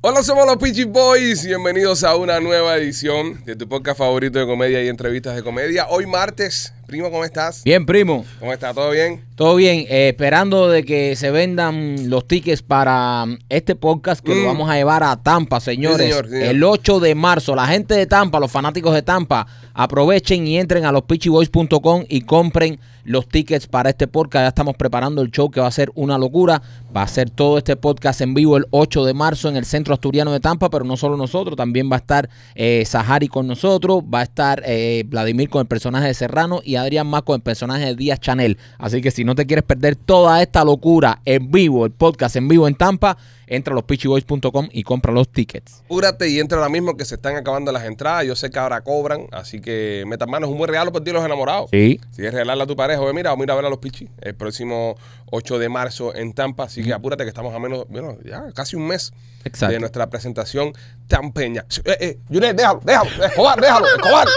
Hola, somos los Peachy Boys. Bienvenidos a una nueva edición de tu podcast favorito de comedia y entrevistas de comedia. Hoy martes, primo, ¿cómo estás? Bien, primo. ¿Cómo está? ¿Todo bien? Todo bien. Eh, esperando de que se vendan los tickets para mm, este podcast que Mm. lo vamos a llevar a Tampa, señores. señor, sí, señor. El 8 de marzo. La gente de Tampa, los fanáticos de Tampa, aprovechen y entren a los y compren los tickets para este podcast. Ya estamos preparando el show que va a ser una locura. Va a ser todo este podcast en vivo el 8 de marzo en el Centro Asturiano de Tampa, pero no solo nosotros, también va a estar eh, Sahari con nosotros, va a estar eh, Vladimir con el personaje de Serrano y Adrián Más con el personaje de Díaz Chanel. Así que si no te quieres perder toda esta locura en vivo, el podcast en vivo en Tampa, entra a los y compra los tickets. Úrate y entra ahora mismo que se están acabando las entradas. Yo sé que ahora cobran, así que metan manos. Un buen regalo para ti los enamorados. Sí. Si quieres regalarla a tu pareja, oye, mira, vamos a ir a ver a los Pichi el próximo 8 de marzo en Tampa. Así que apúrate que estamos a menos, bueno, ya casi un mes Exacto. de nuestra presentación tampeña. Sí, Eh, eh, Junet, déjalo, déjalo, eh, Escobar, déjalo, Escobar.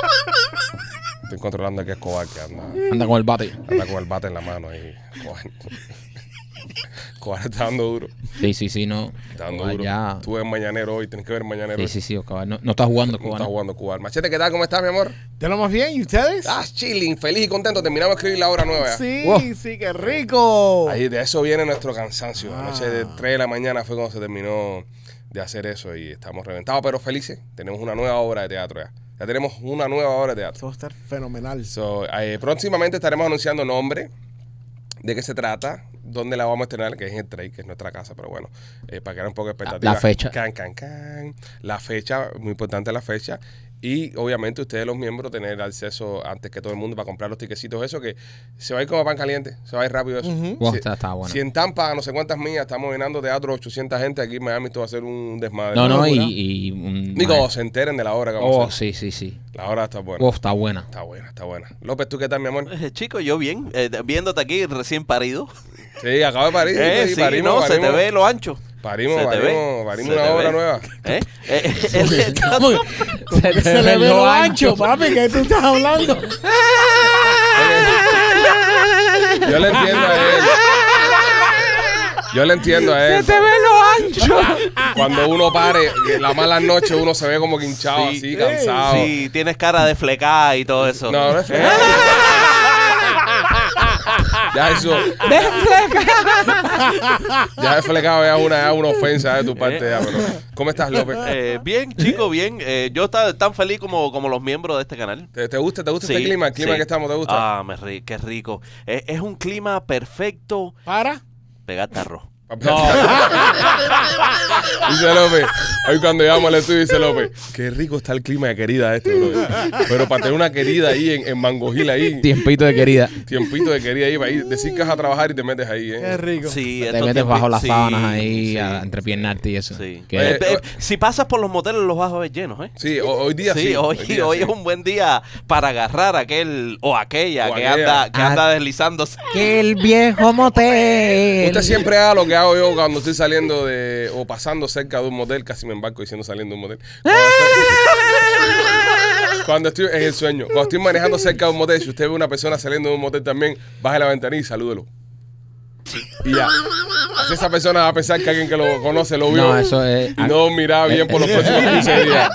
Estoy controlando aquí a Escobar que anda. Anda con el bate. Anda con el bate en la mano ahí. Escobar. Escobar está dando duro. Sí, sí, sí, no. Está dando Escobar duro. ya. Tú ves mañanero hoy, tienes que ver mañanero. Sí, sí, sí, Escobar. No, no está jugando, ¿Cómo Escobar. está jugando Escobar? Machete, ¿qué tal? ¿Cómo estás, mi amor? ¿Te lo más bien? ¿Y ustedes? Estás chilling, feliz y contento. Terminamos de escribir la obra nueva. sí, Wow. sí, qué Oh. rico. Ahí de eso viene nuestro cansancio. Ah. Anoche de 3 de la mañana fue cuando se terminó de hacer eso y estamos reventados, pero felices. Tenemos una nueva obra de teatro ya. Ya tenemos una nueva obra de teatro. Esto va a estar fenomenal. So, eh, próximamente estaremos anunciando nombre, de qué se trata, dónde la vamos a estrenar, que es en el Trade, que es nuestra casa, pero bueno, eh, para crear un poco de expectativa. La fecha. Can, can, can. La fecha, muy importante la fecha. Y obviamente ustedes los miembros tener acceso antes que todo el mundo para comprar los tiquecitos, eso que se va a ir como pan caliente, se va a ir rápido eso. Ujú. Wow, Si- está- está bueno. Si en Tampa, no sé cuántas millas, estamos llenando teatro, 800 gente aquí en Miami, esto va a ser un desmadre. No, no, Una y. locura. y un- Digo, se enteren de la hora que vamos a Oh, hacer. sí, sí, sí. La hora está buena. Oh, está buena. Está buena, está buena. López, ¿tú qué tal, mi amor? Eh, Chico, yo bien, eh, viéndote aquí recién parido. Sí, acabo de parir. Eh, sí, sí, parimos, no, se parimos. te ve lo ancho. Parimos, se te parimos, ve, parimos se una te obra ve. nueva. Eh, eh, él está- Se, Que te Se le ve lo ancho, papi, que tú estás hablando. Yo le entiendo a él. Yo le entiendo a él. ve lo ancho. Cuando uno pare, la mala noche uno se ve como que hinchado Sí. así, cansado. sí, tienes cara de flecada y todo eso. Eh, No, no es feo. Ya eso. Ya he flecado, ya es una, ya es una ofensa de tu parte. Ya, pero, ¿Cómo estás, López? Eh, bien, chico, bien. Eh, yo estaba tan feliz como, como los miembros de este canal. ¿Te, te gusta, te gusta Sí, este clima? ¿El clima sí. que estamos te gusta? Ah, me ri- qué rico. Eh, es un clima perfecto. Para. Pegar tarro. Dice López, hoy cuando llegamos al estudio dice López, qué rico está el clima de querida este, bro. Pero para tener una querida ahí en, en Mangogil ahí, Tiempito de querida. tiempito de querida ahí, para ir, decir que vas a trabajar y te metes ahí, Qué ¿eh? rico. Sí, Te estos metes tiempos- bajo las sí, sábanas ahí, sí, a- entre piernarte y eso. sí. Que- Oye, Eh, eh, si pasas por los moteles los vas a ver llenos, ¿eh? Sí, ho- hoy día sí. Sí, hoy, día hoy sí. es un buen día para agarrar a aquel o aquella O que aquella. anda que Ah. anda deslizándose. que el viejo motel. Usted siempre haga lo que hago yo cuando estoy saliendo de o pasando cerca de un motel, casi me embarco diciendo saliendo de un motel. Cuando estoy, cuando estoy en el sueño, cuando estoy manejando cerca de un motel, si usted ve una persona saliendo de un motel también, baje la ventanilla y salúdelo. Y ya. Así esa persona va a pensar que alguien que lo conoce lo vio. No, eso es. Y no miraba bien por los próximos 15 días.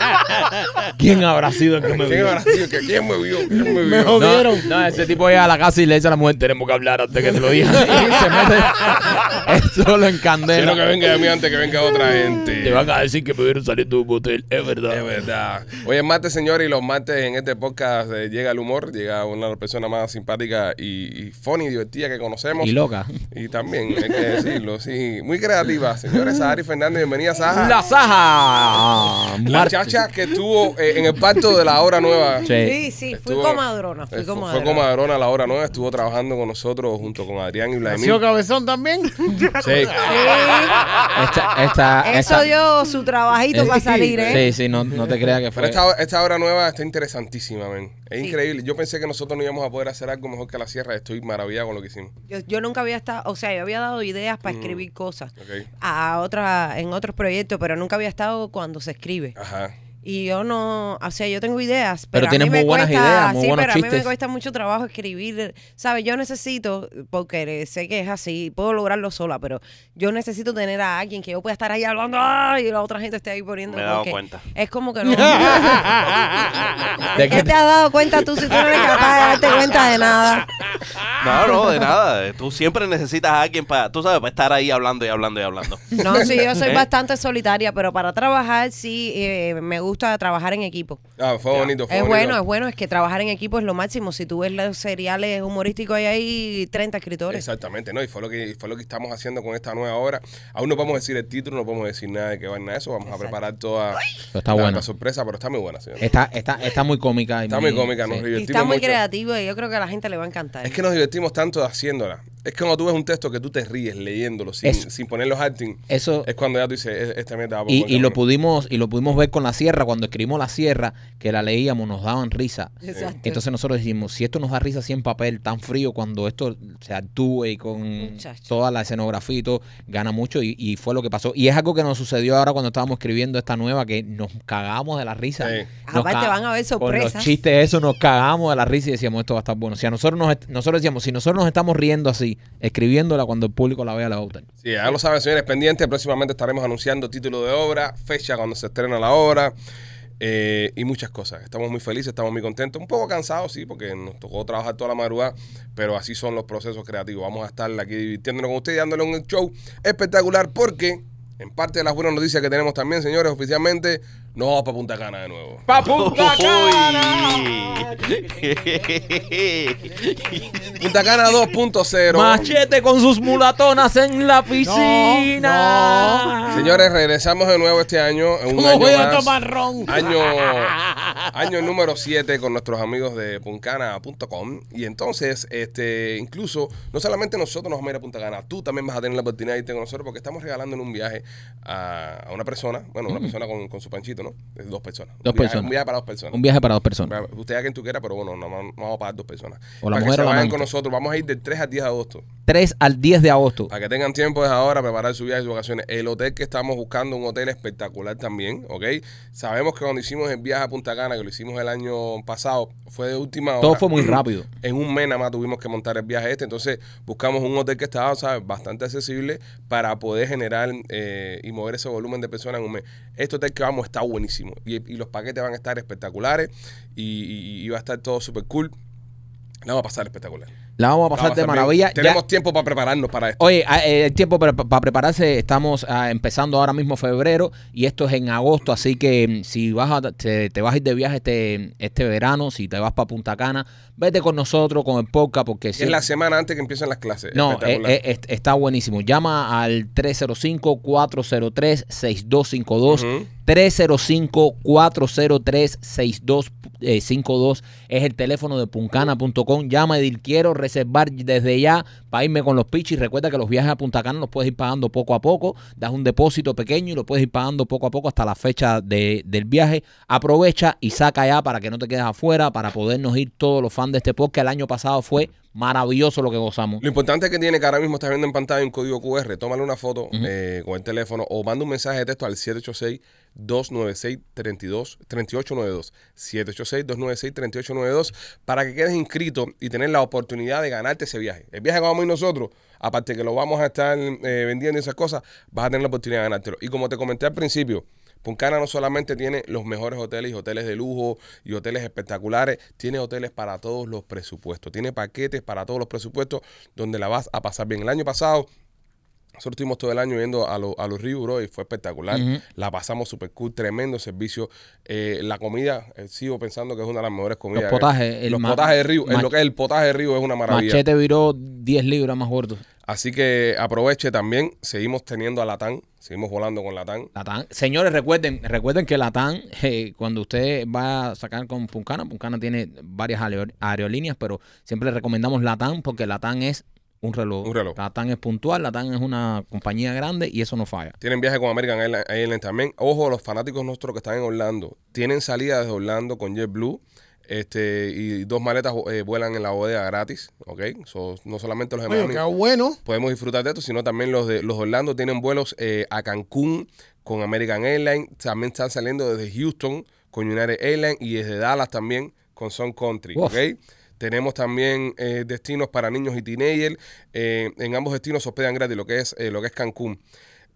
¿Quién habrá sido el que me ¿Quién vio? habrá sido? ¿Que ¿Quién me vio? ¿Quién me Me vio? jodí. No, vieron? no, ese tipo llega a la casa y le dice a la mujer, tenemos que hablar antes que te lo diga. Y se mete eso lo Quiero que encandela. venga de mí antes que venga otra gente. Te van a decir que me vieron saliendo de un motel. Es verdad. Es verdad. Hoy es martes, señor, y los martes en este podcast eh, llega el humor, llega una persona más simpática y, y funny, divertida que conocemos. Y loca. Y también, hay que decirlo, sí, muy creativa. Señores, Sahari Fernández, bienvenida, Saja. La La, Saja. Marcha. chacha que estuvo eh, en el pacto de la hora nueva. Sí. Sí, sí, fui Estuvo- comadrona, eh, fui fu- comadrona. Fue comadrona a la hora nueva, estuvo trabajando con nosotros junto con Adrián y ¿Nació Vladimir. cabezón también? Sí. Esta, esta, Eso esta- dio su trabajito Eh, para salir, ¿eh? Ah, Sí, sí, no, no te creas que Pero fue. esta, esta hora nueva está interesantísima, men. Es increíble. Yo pensé que nosotros no íbamos a poder hacer algo mejor que la sierra. Estoy maravillado con lo que hicimos. Yo, yo nunca había estado, o sea, yo había dado ideas para escribir Mm. cosas Ok. a otra, en otros proyectos, pero nunca había estado cuando se escribe. Ajá. Y yo no, o sea, yo tengo ideas, Pero pero, tienes a mí muy me buenas cuesta, ideas, muy sí, buenos pero a mí chistes. me cuesta mucho trabajo escribir, ¿sabes? Yo necesito, porque eh, sé que es así, puedo lograrlo sola, pero yo necesito tener a alguien que yo pueda estar ahí hablando ¡ay! y la otra gente esté ahí poniendo. Me he dado porque cuenta. Es como que no. Ah, ¿De ¿Qué qué? te has dado cuenta tú si tú no eres capaz de darte cuenta de nada? No, no, de nada. Tú siempre necesitas a alguien para, tú sabes, para estar ahí hablando y hablando y hablando. No, sí, yo soy ¿Eh? bastante solitaria, pero para trabajar sí eh, me gusta trabajar en equipo. Ah, fue bonito, fue Es bonito. bueno, es bueno, es que trabajar en equipo es lo máximo. Si tú ves los seriales humorísticos, hay ahí 30 escritores. Exactamente, ¿no? Y fue lo que fue lo que estamos haciendo con esta nueva obra. Aún no podemos decir el título, no podemos decir nada de que va nada de eso. Vamos a preparar toda Pero está la, bueno. la sorpresa, pero está muy buena, señor. Está, está, está muy cómica. y Está muy cómica, nos sí. Y divertimos está muy mucho. creativo y yo creo que a la gente le va a encantar. Es que nos divertimos tanto haciéndola. Es que cuando tú ves un texto que tú te ríes leyéndolo sin, Eso. sin poner los acting, Eso, es cuando ya tú dices, "E- esta mierda va por y, buen y lo camino". pudimos, y lo pudimos ver con la sierra, cuando escribimos la sierra, que la leíamos, nos daban risa. Exacto. Entonces nosotros dijimos, si esto nos da risa así en papel tan frío, cuando esto se actúe y con Muchacho. toda la escenografía y todo, gana mucho y, y fue lo que pasó. Y es algo que nos sucedió ahora cuando estábamos escribiendo esta nueva, que nos cagamos de la risa. Sí. Nos Aparte ca- van a haber Con sorpresas. los chistes eso nos cagamos de la risa y decíamos, esto va a estar bueno. O sea, nosotros, nos, est- nosotros decíamos, si nosotros nos estamos riendo así, escribiéndola cuando el público la vea, la va a gustar. Sí, ya lo saben, señores, pendientes. Próximamente estaremos anunciando título de obra, fecha cuando se estrena la obra eh, y muchas cosas. Estamos muy felices, estamos muy contentos. Un poco cansados, sí, porque nos tocó trabajar toda la madrugada, pero así son los procesos creativos. Vamos a estar aquí divirtiéndonos con ustedes, dándole un show espectacular, porque en parte de las buenas noticias que tenemos también, señores, oficialmente, nos vamos para Punta Cana de nuevo. ¡Pa' Punta Cana! Uy. Punta Cana 2.0. Machete con sus mulatonas en la piscina. piscina. Señores, regresamos de nuevo este año. en Un ¿Cómo año voy a más. tomar ron? Año, año número 7 con nuestros amigos de puncana.com. Y entonces, este, incluso, no solamente nosotros nos vamos a ir a Punta Cana, tú también vas a tener la oportunidad de irte con nosotros porque estamos regalando un viaje a, a una persona, bueno, una persona con, con su panchito, ¿no? Es Dos personas. Mm. Dos Un viaje- Un viaje personas. para dos personas. Un viaje para dos personas. Bueno, Usted a quien tú quieras, pero bueno, no, no vamos a pagar dos personas. O la para mujer que se o la vayan amante. con nosotros, vamos a ir del 3 al 10 de agosto. 3 al 10 de agosto. Para que tengan tiempo desde ahora preparar su viaje y sus vacaciones. El hotel que estamos buscando, un hotel espectacular también, ¿ok? Sabemos que cuando hicimos el viaje a Punta Cana, que lo hicimos el año pasado, fue de última hora. Todo fue muy rápido. En un mes nada más tuvimos que montar el viaje este, entonces buscamos un hotel que estaba, ¿sabes? Bastante accesible para poder generar eh, y mover ese volumen de personas en un mes. Este hotel que vamos está buenísimo y, y los paquetes van a estar espectaculares y, y- y va a estar todo súper cool. La vamos a pasar espectacular. La vamos a La pasar vamos a de bien. maravilla. Ya- Tenemos tiempo para prepararnos para esto. Oye, a- eh, el tiempo para, para prepararse, estamos ah, empezando ahora mismo febrero y esto es en agosto, así que mm, si vas a, te, te vas a ir de viaje este, este verano, si te vas para Punta Cana, vete con nosotros, con el podcast, porque Y si... Es la semana antes que empiezan las clases. No, Espectacular. eh, eh, est- está buenísimo. Llama al 305-403-6252. Ujú. 305-403-6252 es el teléfono de puncana.com. Llama y di, quiero reservar desde ya para irme con los pichis. Recuerda que los viajes a Punta Cana los puedes ir pagando poco a poco. Das un depósito pequeño y lo puedes ir pagando poco a poco hasta la fecha de- del viaje. Aprovecha y saca ya para que no te quedes afuera, para podernos ir todos los fans de este podcast. El año pasado fue maravilloso lo que gozamos. Lo importante es que tiene que ahora mismo estás viendo en pantalla un código QR. Tómale una foto eh, con el teléfono o manda un mensaje de texto al 786-296-3892. 786-296-3892 para que quedes inscrito y tener la oportunidad de ganarte ese viaje. El viaje que vamos a ir nosotros, aparte que lo vamos a estar eh, vendiendo y esas cosas, vas a tener la oportunidad de ganártelo. Y como te comenté al principio, Puncana no solamente tiene los mejores hoteles y hoteles de lujo y hoteles espectaculares, tiene hoteles para todos los presupuestos, tiene paquetes para todos los presupuestos donde la vas a pasar bien. El año pasado nosotros estuvimos todo el año yendo a, lo- a los ríos, bro, y fue espectacular. La pasamos super cool, tremendo servicio. Eh, la comida, eh, sigo pensando que es una de las mejores comidas. que- potajes, el los ma- potajes de río, en ma- lo que es el potaje de río es una maravilla. Machete viró 10 libras más gordo. Así que aproveche también, seguimos teniendo a Latán, seguimos volando con Latán. Latán. Señores, recuerden, recuerden que Latán, eh, cuando usted va a sacar con Puncana, Puncana tiene varias aleo- aerolíneas, pero siempre le recomendamos Latán porque Latán es un reloj. Un reloj. Latán es puntual, Latán es una compañía grande y eso no falla. Tienen viaje con American Airlines, Airlines también. Ojo, los fanáticos nuestros que están en Orlando. Tienen salida desde Orlando con JetBlue. Este, y dos maletas eh, vuelan en la bodega gratis, ¿ok? So, no solamente los de Oye, Miami qué bueno. podemos disfrutar de esto, sino también los de los de Orlando tienen vuelos eh, a Cancún, con American Airlines. También están saliendo desde Houston con United Airlines y desde Dallas también con Sun Country. Uf. ¿ok? Tenemos también eh, destinos para niños y teenagers. Eh, en ambos destinos se hospedan gratis, lo que es, eh, lo que es Cancún.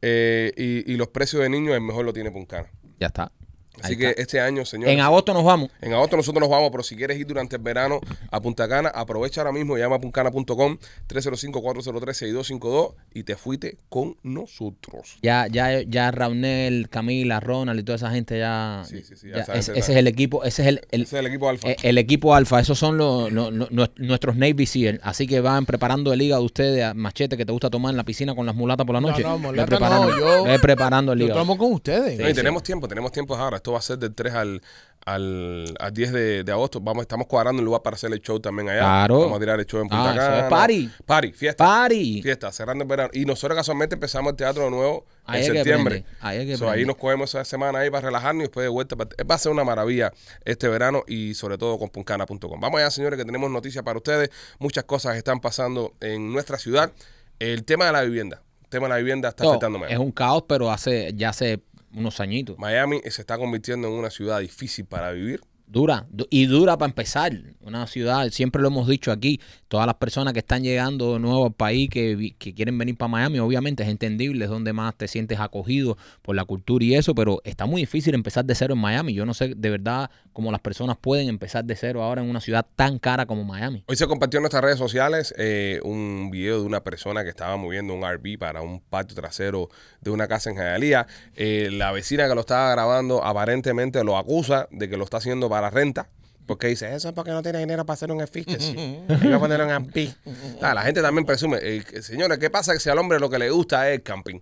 Eh, y, y los precios de niños, el mejor lo tiene Puncana. Ya está. Así Ahí que está. este año, señores. En agosto nos vamos. En agosto nosotros nos vamos, pero si quieres ir durante el verano a Punta Cana, aprovecha ahora mismo, llama a puncana.com 305-403-6252 y te fuiste con nosotros. Ya, ya, ya Raunel, Camila, Ronald y toda esa gente ya. Sí, sí, sí, ya ya saben ese, de ese la- es el equipo, ese es el, el- Ese es el equipo alfa. eh, el equipo alfa. Esos son los, los- los- nues- nuestros Navy SEAL. Así que van preparando el hígado ustedes, a machete que te gusta tomar en la piscina con las mulatas por la No, noche. no, Ve mulata preparando, no, yo- ve preparando el Lo hígado. tomo con ustedes. No, y tenemos tiempo, tenemos tiempo ahora. Esto va a ser del 3 al, al, al 10 de, de agosto. Vamos, estamos cuadrando un lugar para hacer el show también allá. Claro. Vamos a tirar el show en Punta Ah, eso Cana. es party. Party, fiesta. Party. Fiesta, cerrando el verano. Y nosotros casualmente empezamos el teatro de nuevo Ahí es en que septiembre. prende, ahí es que So, ahí prende. nos cogemos esa semana ahí para relajarnos y después de vuelta. para- Va a ser una maravilla este verano y sobre todo con puncana.com. Vamos allá, señores, que tenemos noticias para ustedes. Muchas cosas están pasando en nuestra ciudad. El tema de la vivienda. El tema de la vivienda está No, afectando es Miami. un caos, pero hace, ya hace unos añitos. Miami se está convirtiendo en una ciudad difícil para vivir. Dura, du- y dura para empezar. Una ciudad, siempre lo hemos dicho aquí, todas las personas que están llegando de nuevo al país, que, vi- que quieren venir para Miami, obviamente es entendible, es donde más te sientes acogido por la cultura y eso, pero está muy difícil empezar de cero en Miami. Yo no sé de verdad cómo las personas pueden empezar de cero ahora en una ciudad tan cara como Miami. Hoy se compartió en nuestras redes sociales eh, un video de una persona que estaba moviendo un RV para un patio trasero de una casa en Jayalía. Eh, la vecina que lo estaba grabando aparentemente lo acusa de que lo está haciendo para renta. Porque dice, eso es porque no tiene dinero para hacer un efficiency. Hay que poner un RV. Nada, Ah, la gente también presume, eh, que, señores, ¿qué pasa que si al hombre lo que le gusta es el camping?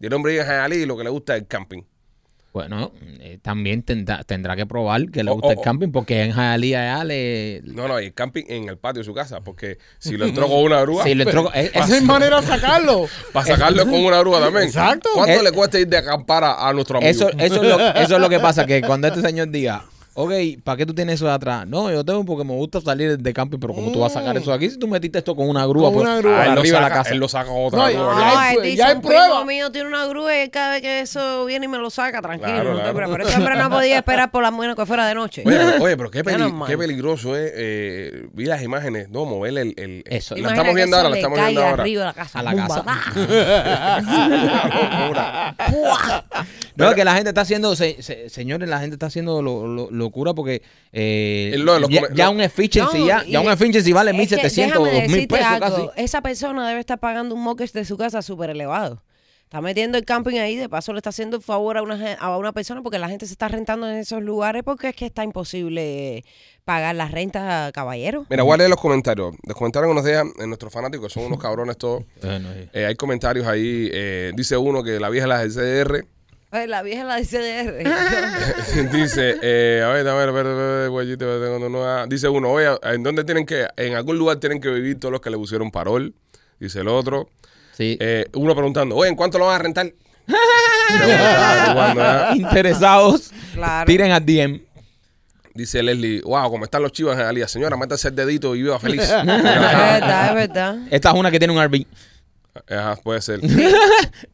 Y el hombre vive en Jayalía y lo que le gusta es el camping. Bueno, eh, también tendrá, tendrá que probar que le Oh, gusta oh, el oh. camping, porque en Jalía ya le... No, no, y el camping en el patio de su casa. Porque si lo entró con una grúa, Sí, le entró- e-, es- es- Esa es manera de sacarlo. Para sacarlo con una grúa también. Exacto. ¿Cuánto Eh, le cuesta ir de acampar a, a nuestro amigo? Eso, eso, es lo, eso es lo que pasa, que cuando este señor diga, ok, ¿para qué tú tienes eso de atrás? No, yo tengo porque me gusta salir de camping, pero como tú vas a sacar eso de aquí, si tú metiste esto con una grúa, Pues, Con por- una grúa. por Ah, él lo arriba de la saca- casa. Él lo saca con otra No, y- grúa. Ya No, hay él prue- dice, ya hay un prueba. primo mío tiene una grúa y cada vez que eso viene y me lo saca, tranquilo. Claro, no te claro. preocupes. Pero ese hombre no podía esperar por la mañana que fuera de noche. Oye, pero, oye, pero qué, peli- Menos mal. qué peligroso es. Eh, vi las imágenes. No, mover el. el- Eso. La Imagina estamos que viendo eso ahora, la le estamos caiga viendo ahora. arriba de la casa. A la Bumba, casa. bah. No, que la gente está haciendo, se- se- señores, la gente está haciendo lo- lo- locura porque eh, Eh, lo de los ya, come- ya lo- un efficiency, No, ya, y- ya un efficiency vale Es que 1.700 o déjame 2.000 decirte pesos casi. algo. Esa persona debe estar pagando un mortgage de su casa súper elevado. Está metiendo el camping ahí, de paso le está haciendo el favor a una, gen- a una persona porque la gente se está rentando en esos lugares porque es que está imposible pagar las rentas, caballero. Mira, voy a leer los comentarios. Los comentarios que nos dejan eh, nuestros fanáticos, son unos cabrones todos. Eh, hay comentarios ahí. eh, dice uno que la vieja es la del CDR. Ay, La vieja la CDR. dice, eh, a ver, a ver, a ver, a ver, guayito, tengo una nueva. Dice uno, oye, ¿en dónde tienen que, en algún lugar tienen que vivir todos los que le pusieron parol? Dice el otro. Sí. Eh, uno preguntando, oye, ¿en cuánto lo van a rentar? Preguntaba, ¿cuándo, eh? Interesados, Claro. tiren al DM. Dice Leslie, wow, como están los chivas en la liga. Señora, métase el dedito y viva feliz. Es ajá, verdad, es verdad. Esta es una que tiene un RV. ajá, puede ser.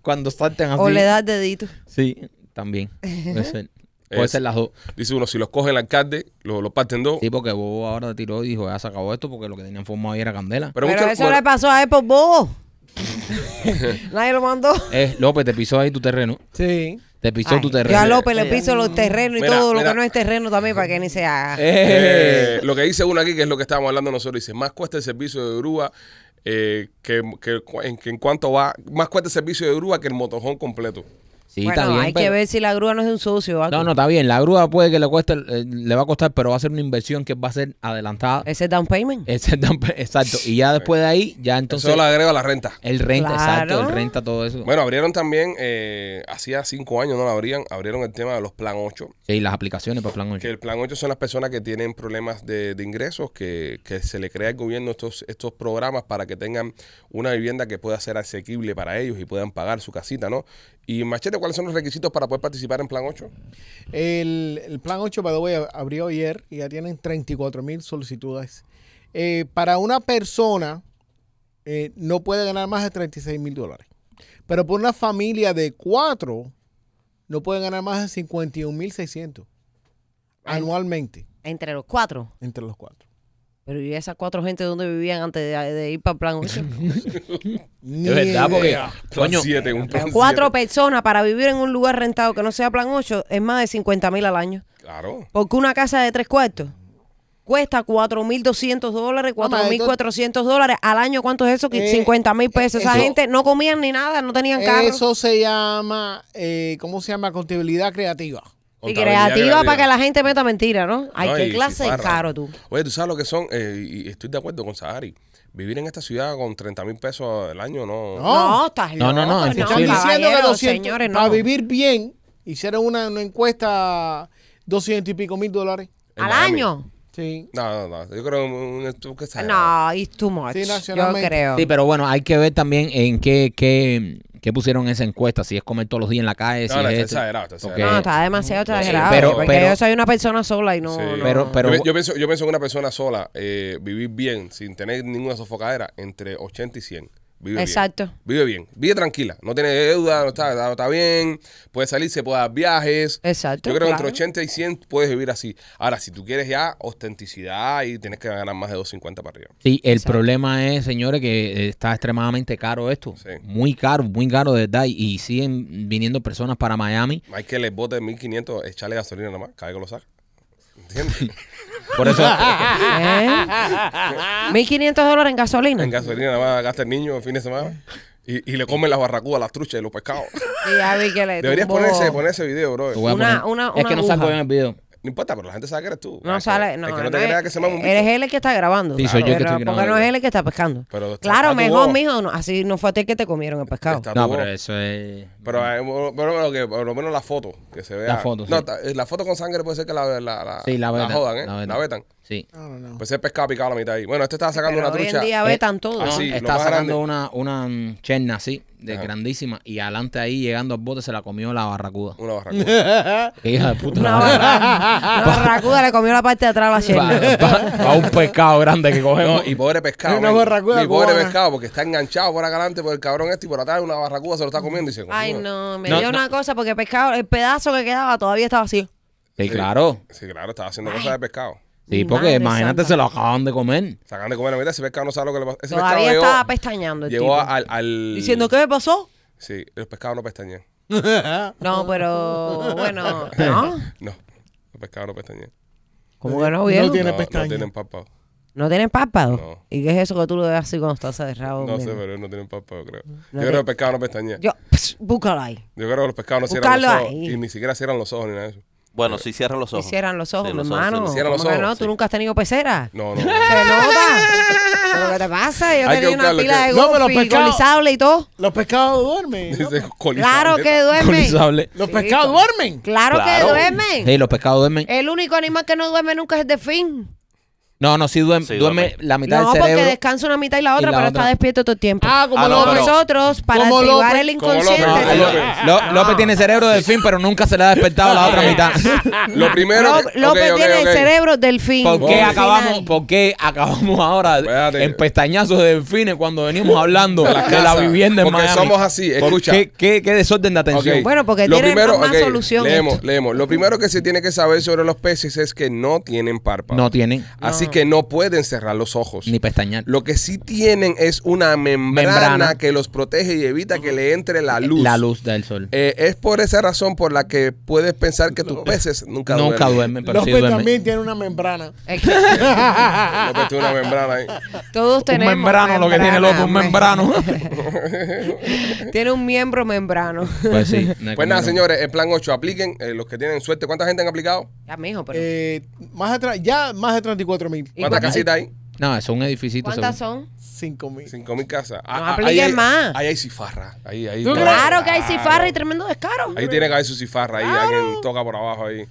Cuando salten Ah, así. O le das dedito. Sí, también. Puede ser. Puede Es- ser las dos. Dice uno, si los coge el alcalde, lo- los parten Oh. dos. Sí, porque Bobo ahora tiró y dijo, ya se acabó esto porque lo que tenían formado ahí era candela. Pero, Pero, muchos- eso bueno, le pasó a él por bobo. Nadie lo mandó. Eh, López, te pisó ahí tu terreno. Sí. Te pisó tu terreno. Ya López le piso los terrenos y Mira, todo lo mira. que no es terreno también para que ni se haga. Eh, eh, lo que dice uno aquí, que es lo que estábamos hablando nosotros, dice, más cuesta el servicio de grúa eh, que, que, en, que en cuanto va, más cuesta el servicio de grúa que el motojón completo. sí, bueno, está bien. hay que pero- ver si la grúa no es de un socio. ¿va? No, no, está bien. La grúa puede que le cueste, eh, le va a costar, pero va a ser una inversión que va a ser adelantada. Ese down payment. Ese tam- Exacto. Y ya después de ahí, ya Entonces, entonces Eso le agrega a la renta. el renta, exacto, Claro. el renta, todo eso. Bueno, abrieron también, eh, hacía cinco años no la abrían, abrieron el tema de los plan 8. sí, las aplicaciones para plan 8. Que el plan 8 son las personas que tienen problemas de, de ingresos, que, que se le crea al gobierno estos, estos programas para que tengan una vivienda que pueda ser asequible para ellos y puedan pagar su casita, ¿no? Y Machete, ¿cuáles son los requisitos para poder participar en plan 8? El, el plan 8 by the way, abrió ayer y ya tienen 34 mil solicitudes. Eh, para una persona eh, no puede ganar más de 36 mil dólares. Pero por una familia de cuatro no pueden ganar más de 51.600 anualmente Entre los cuatro. entre los cuatro. Pero ¿y esas cuatro gente dónde vivían antes de, de ir para el plan 8? Ni Es verdad, porque, idea. Plan coño, siete, un plan eh, cuatro siete. personas para vivir en un lugar rentado que no sea plan 8 es más de 50 mil al año. Claro. Porque una casa de tres cuartos cuesta 4.200 dólares, Mamá, 4.400 dólares al año. ¿Cuánto es eso? Eh, 50 mil pesos. Esa eh, eso- gente no comían ni nada, no tenían carro. Eso se llama, eh, ¿cómo se llama? Contabilidad creativa. y Contabilidad creativa para que la gente meta mentira, ¿no? Ay, No, qué y clase de cifarra. caro tú. Oye, tú sabes lo que son, eh, y estoy de acuerdo con Sahari. Vivir en esta ciudad con 30 mil pesos al año no. No. No, estás No, loco. no, no, es Están imposible. diciendo que caballero, 200, señores, no. para vivir bien, hicieron una, una encuesta 200 y pico mil dólares. en al Miami. año. Sí. No, no, no. Yo creo un, un- tú que sabes. No, it's too much. Sí, Yo nacionalmente. creo. Sí, pero bueno, hay que ver también en qué, qué, qué pusieron en esa encuesta, si es comer todos los días en la calle, si No, no, es está esto. exagerado, está Porque- exagerado. No, está demasiado exagerado. pero- porque pero- yo soy una persona sola y no. Sí. no- Pero- pero- yo, pe- yo pienso, yo pienso que una persona sola, eh, vivir bien, sin tener ninguna sofocadera, entre 80 y 100. Vive bien. Exacto. Vive bien. Vive tranquila. No tiene deuda, no está, está, está bien. Puede salir, se puede dar viajes. Exacto, Yo creo que claro. entre 80 y 100 puedes vivir así. Ahora, si tú quieres ya autenticidad y tienes que ganar más de 250 para arriba. Sí, el problema es, señores, que eh, está extremadamente caro esto. Sí. Muy caro, muy caro de verdad. Y, y siguen viniendo personas para Miami. Hay que les bote 1500, echarle gasolina nada más, cada vez que lo saca. ¿Entiendes? Por eso, ¿Eh? 1.500 dólares en gasolina. en gasolina nada más gasta el niño el fin de semana. Y, y le comen las barracudas, las truchas y los pescados. Y ya vi que le Deberías tumbó- ponerse, poner ese video, bro. te voy a Una- poner- una- es que una no salgo aguja. en el video. No importa, pero la gente sabe que eres tú. No Ah, sale. que- No, es que no no te es- creas que se mama un bicho. Eres él el que está grabando. Sí, soy yo el que Pero- estoy Porque grabando. no es él el que está pescando. Pero está- está claro, tu mejor, voz. mijo. no, así no fue a ti que te comieron el pescado. Está No, tu pero voz. eso es... Pero, eh, por- por lo menos que- por lo menos la foto, que se vea. La foto, No, sí. ta- eh, la foto con sangre puede ser que la, la, la, Sí, la vetan. jodan, ¿eh? La vetan. vetan. Sí. I don't know. Puede ser Pues pescado picado a la mitad ahí. Bueno, este estaba sacando Pero una hoy en trucha. Eh, día vetan todo. así, No, lo estaba más sacando grande. una, una mm, cherna así, de Ajá. grandísima, y adelante ahí, llegando al bote, se la comió la barracuda. Una barracuda. Qué hija de puta. Una la barra- barra- una barracuda le comió la parte de atrás a la sierra. Pa- pa- pa' un pescado grande que cogemos. No, y pobre pescado. Pues, Una men. barracuda Y pobre cubana. pescado, porque está enganchado por acá adelante por el cabrón este y por atrás una barracuda se lo está comiendo y se Ay, coño. no, me No, dio no. una cosa porque el pescado, el pedazo que quedaba todavía estaba así. Sí, claro. Sí, claro, estaba haciendo cosas de pescado. Sí, Mi porque madre imagínate, santa. se lo acaban de comer. Sacan de comer a la mitad, ese pescado no sabe lo que le pasa. Ese Todavía pescado estaba llegó, pestañando el llegó tipo. al, al- Diciendo, ¿qué me pasó? Sí, los pescados no pestañean. No, pero bueno, ¿no? No, los pescados no pestañean. Como que no No vieron. tiene no, pestañas. No tienen párpado. ¿No tienen párpado? No. ¿Y qué es eso que tú lo ves así cuando estás Oh, cerrado? No sé, pero no tienen párpado, creo. Mm. Yo te- creo que los pescados no pestañean. Yo Yo, pss, búscalo ahí. creo que los pescados no cierran los Búscalo ojos. ahí. Y ni siquiera cierran los ojos ni nada de eso. Bueno, sí cierran los ojos. Hicieran los ojos, Sí, mi los ojos, hermano. sí, cierran los ¿Cómo que ojos, no? ¿Tú sí. nunca has tenido pecera? No, no. ¿Se nota? ¿Pero qué te pasa? Yo Hay que tenía una buscarlo, pila que- de No, pero golf y pescado- colizable y todo. Los pescados duermen. ¿no? Ese colizado, Claro que neta. duerme. Colizable. Los pescados duermen. Claro que Claro. duermen. Sí, los pescados duermen. El único animal que no duerme nunca es el delfín. No, no, sí duermen. Sí, duerme duermen. la mitad No, del porque cerebro. descansa una mitad y la otra, la pero otra. está despierto todo el tiempo. Ah, como Ah, no, los pero- Nosotros, para Como activar López. el Como López. inconsciente. Ah, tenemos- López. Lo- López tiene cerebro del fin, pero nunca se le ha despertado la otra mitad. Lo primero. Ló- que- López ok, ok, tiene ok. el cerebro delfín. ¿Por qué Final. acabamos, por qué acabamos ahora Espérate. en pestañazos de delfines cuando venimos hablando de De la, la casa. vivienda en Porque Miami? somos así, ¿Por escucha. ¿Qué, qué, qué desorden de atención? Ok. Bueno, porque tiene más ok, solución Leemos, esto. leemos. Lo primero que se tiene que saber sobre los peces es que no tienen párpado. No tienen Así que no pueden cerrar los ojos. ni pestañar. Lo que sí tienen es una membrana, Membrana. que los protege y evita que le entre la luz. La luz del sol. Eh, es por esa razón por la que puedes pensar que tus peces nunca, Nunca duermen. duermen, pero López sí duermen. también tiene una membrana. Es que Ah, López tiene una membrana ahí. todos Un tenemos. membrano, lo que tiene loco, un membrano. Tiene un miembro membrano. pues sí. no hay Pues nada, como- señores, el plan 8, apliquen. eh, los que tienen suerte, ¿cuánta gente han aplicado? Ya, mijo, pero. Eh, más de tra- ya más de 34 mil. ¿Y ¿Cuántas cuántas- casitas hay? No, es un edificio. ¿Cuántas seguro. son? 5 mil. 5 mil casas. No Ah, ah, apliquen ahí hay- más. Ahí hay cifarra. Ahí, ahí, ¿Tú claro. crees? Claro que hay cifarra y tremendo descaro. Ahí tiene que haber su cifarra. Ahí alguien toca por abajo ahí.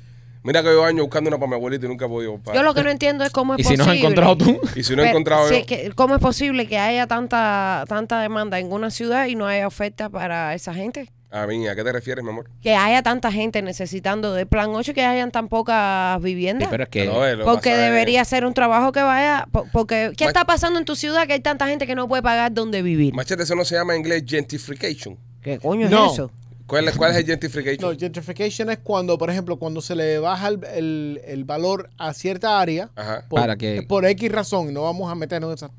Mira que yo años buscando una para mi abuelita y nunca he podido comprar. Yo lo que no entiendo es cómo es Y si posible. no has encontrado tú. Y si no he Pero, encontrado si yo- es que- ¿Cómo es posible que haya tanta, tanta demanda en una ciudad y no haya oferta para esa gente? A mí, ¿a qué te refieres, mi amor? Que haya tanta gente necesitando del plan 8 y que hayan tan pocas viviendas. Sí, pero es que. No, eh, lo que porque pasa es- debería ser un trabajo que vaya. po- Porque, ¿qué Macho- está pasando en tu ciudad que hay tanta gente que no puede pagar donde vivir? Machete, eso no se llama en inglés gentrification. ¿Qué coño No. es eso? ¿Cuál, es- cuál es el No, gentrification? gentrification es cuando, por ejemplo, cuando se le baja el, el- el valor a cierta área Ajá. por, Para que- por X razón, no vamos a meternos en esas.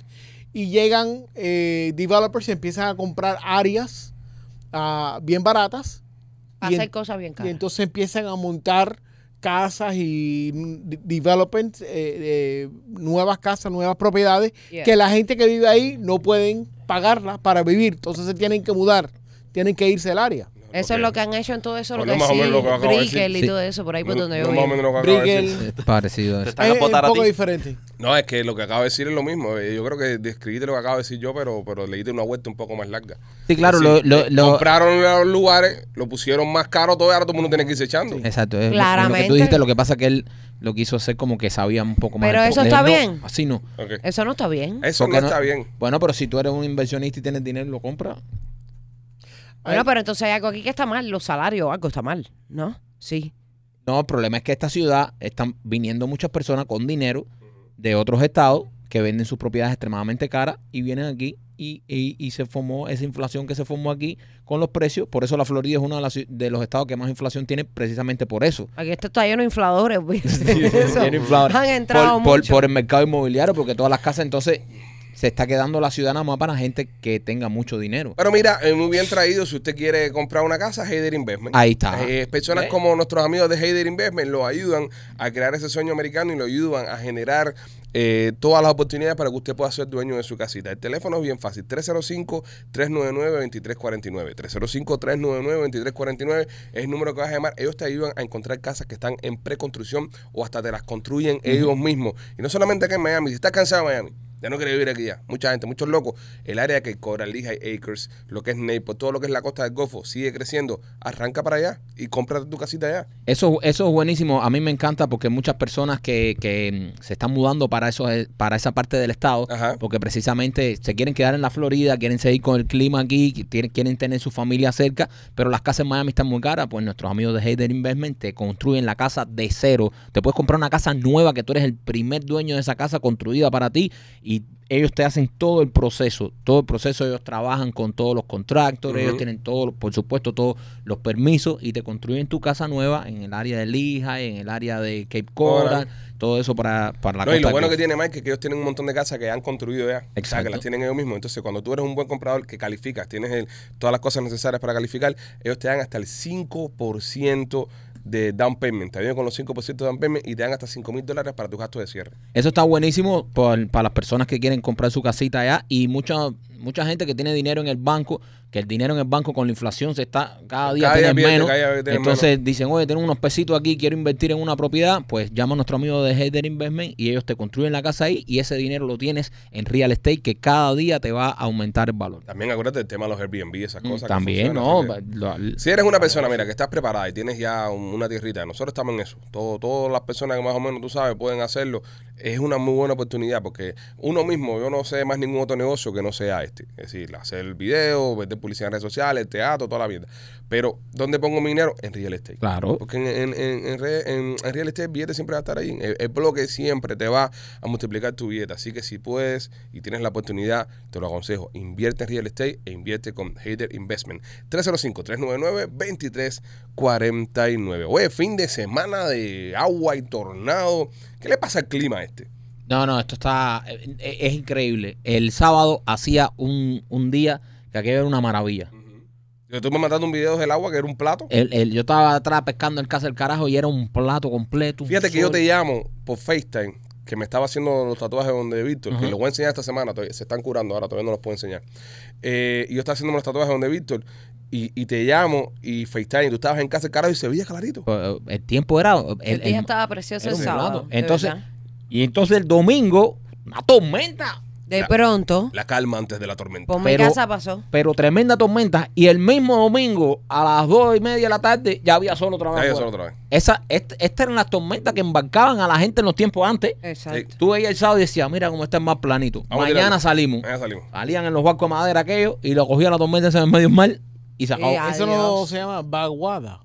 Y llegan eh, developers y empiezan a comprar áreas ah, bien baratas Para y en- hacer cosas bien y caras. entonces empiezan a montar casas y mm, de- developments, eh, eh, nuevas casas, nuevas propiedades, Yeah. que la gente que vive ahí no pueden pagarlas para vivir, entonces se tienen que mudar, tienen que irse del área. Pues Eso es lo que han hecho en todo eso, lo Bueno, que más o menos lo que acabo de sí, Brickell y decir. todo eso, por ahí por No- donde no yo más o vivo. menos lo que acabo de Brickell decir. Es parecido a Te eso. están a es, es un botar a poco ti. diferente. No, es que lo que acabo de decir es lo mismo. Eh, Yo creo que describiste lo que acabo de decir yo, pero, pero le diste una vuelta un poco más larga. Sí, claro, Sí. lo, lo- lo- Eh, Compraron los lugares, lo pusieron más caro todavía, ahora todo el mundo tiene que irse echando. Exacto, es lo- es lo que Claramente. tú dijiste, lo que pasa que él lo quiso hacer como que sabía un poco más. Pero del eso problema. está No, bien. Así no. Ok. Eso no está bien. Eso no Porque no- está bien. Bueno, pero si tú eres un inversionista y tienes dinero, lo compras. eh. Bueno, pero entonces hay algo aquí que está mal, los salarios o algo está mal, ¿no? Sí. No, el problema es que a esta ciudad están viniendo muchas personas con dinero de otros estados que venden sus propiedades extremadamente caras y vienen aquí y, y- y se formó esa inflación que se formó aquí con los precios. Por eso la Florida es uno de, las ci- de los estados que más inflación tiene precisamente por eso. Aquí esto está lleno de infladores. olvídate de eso. Tiene inflador. Han entrado por, por- mucho. por el mercado inmobiliario, porque todas las casas entonces se está quedando la ciudad nada más para gente que tenga mucho dinero. Pero mira, eh, muy bien traído. Si usted quiere comprar una casa, Heider Investment. Ahí está. Eh, personas ¿Ve? como nuestros amigos de Heider Investment lo ayudan a crear ese sueño americano y lo ayudan a generar eh, todas las oportunidades para que usted pueda ser dueño de su casita. El teléfono es bien fácil: 305-399-2349. 305-399-2349 es el número que vas a llamar. Ellos te ayudan a encontrar casas que están en preconstrucción o hasta te las construyen ellos mismos. Y no solamente acá en Miami, si estás cansado de Miami. Ya no quiere vivir aquí ya. Mucha gente, muchos locos. El área que cobra Lehigh Acres, lo que es Naples, todo lo que es la costa del Golfo, sigue creciendo. Arranca para allá y cómprate tu casita allá. Eso, eso es buenísimo. A mí me encanta porque muchas personas que, que, mm, se están mudando para, eso, para esa parte del estado, Ajá. porque precisamente se quieren quedar en la Florida, quieren seguir con el clima aquí, qui- tienen- quieren tener su familia cerca, pero las casas en Miami están muy caras. Pues nuestros amigos de Hader Investment te construyen la casa de cero. Te puedes comprar una casa nueva que tú eres el primer dueño de esa casa construida para ti y ellos te hacen todo el proceso, todo el proceso, ellos trabajan con todos los contractores, ellos Ujú. tienen todos, por supuesto, todos los permisos y te construyen tu casa nueva en el área de Lija, en el área de Cape Coral, Coral. todo eso para, para la No, y costa lo bueno costa. que tiene Mike es que ellos tienen un montón de casas que ya han construido ya. O sea, Exacto. que las tienen ellos mismos. Entonces, cuando tú eres un buen comprador que calificas, tienes el- todas las cosas necesarias para calificar, ellos te dan hasta el 5% de down payment. Te ayudan con los 5% de down payment y te dan hasta 5 mil dólares para tus gastos de cierre. Eso está buenísimo por- para las personas que quieren comprar su casita allá y mucha mucha gente que tiene dinero en el banco, que el dinero en el banco con la inflación se está cada día Cada día tiene pierde, menos. cada día tiene Entonces dicen, oye, tengo unos pesitos aquí, quiero invertir en una propiedad, pues llama a nuestro amigo de Header Investment y ellos te construyen la casa ahí y ese dinero lo tienes en real estate que cada día te va a aumentar el valor. También acuérdate del tema de los Airbnb, esas cosas. que Mm, También, funcionan, no, así que- lo- Si eres una persona, mira, que estás preparada y tienes ya un- una tierrita, nosotros estamos en eso. Todo, todas las personas que más o menos tú sabes pueden hacerlo. Es una muy buena oportunidad porque uno mismo, yo no sé más ningún otro negocio que no sea este. Es decir, hacer video, vender publicidad en redes sociales, teatro, toda la mierda. Pero, ¿dónde pongo mi dinero? En real estate. claro. Porque en, en, en, en re- en- en real estate el billete siempre va a estar ahí. El, el bloque siempre te va a multiplicar tu billete. Así que si puedes y tienes la oportunidad, te lo aconsejo. Invierte en real estate e invierte con Hater Investment. 305-399-2349. Oye, fin de semana de agua y tornado. ¿Qué le pasa al clima este? No, no, esto está. eh, eh, Es, increíble. El sábado hacía un, un día que aquello era una maravilla. Yo estuve mandando un video del agua que era un plato. El- el- yo estaba atrás pescando el caso del carajo y era un plato completo. un Fíjate que yo sol. te llamo por FaceTime, que me estaba haciendo los tatuajes donde Víctor, que Ajá. los voy a enseñar esta semana, todavía- se están curando ahora, todavía no los puedo enseñar. Eh, y yo estaba haciéndome los tatuajes donde Víctor, y, y te llamo y FaceTime, y tú estabas en casa, carajo, y se veía clarito. Eh, El tiempo era. el- El, día eh, el- estaba precioso era el un sábado. plato. de Entonces, verdad. y entonces el domingo, una tormenta. de, pronto, La calma antes de la tormenta. por mi pero- casa pasó. Pero tremenda tormenta. Y el mismo domingo, a las dos y media de la tarde, ya había solo Ya, trabajo. ya, solo otra vez. Esa, est- estas eran las tormentas que embarcaban a la gente en los tiempos antes. Exacto. Tú veías el sábado y decías, mira cómo está el mar planito. Vamos a Eh. Mañana tirarlo. salimos. Ya salimos. Salían en los barcos de madera aquellos y lo cogía la tormenta esa en medio del mar y se acabó. Eh, Eso no Adiós. se llama vaguada.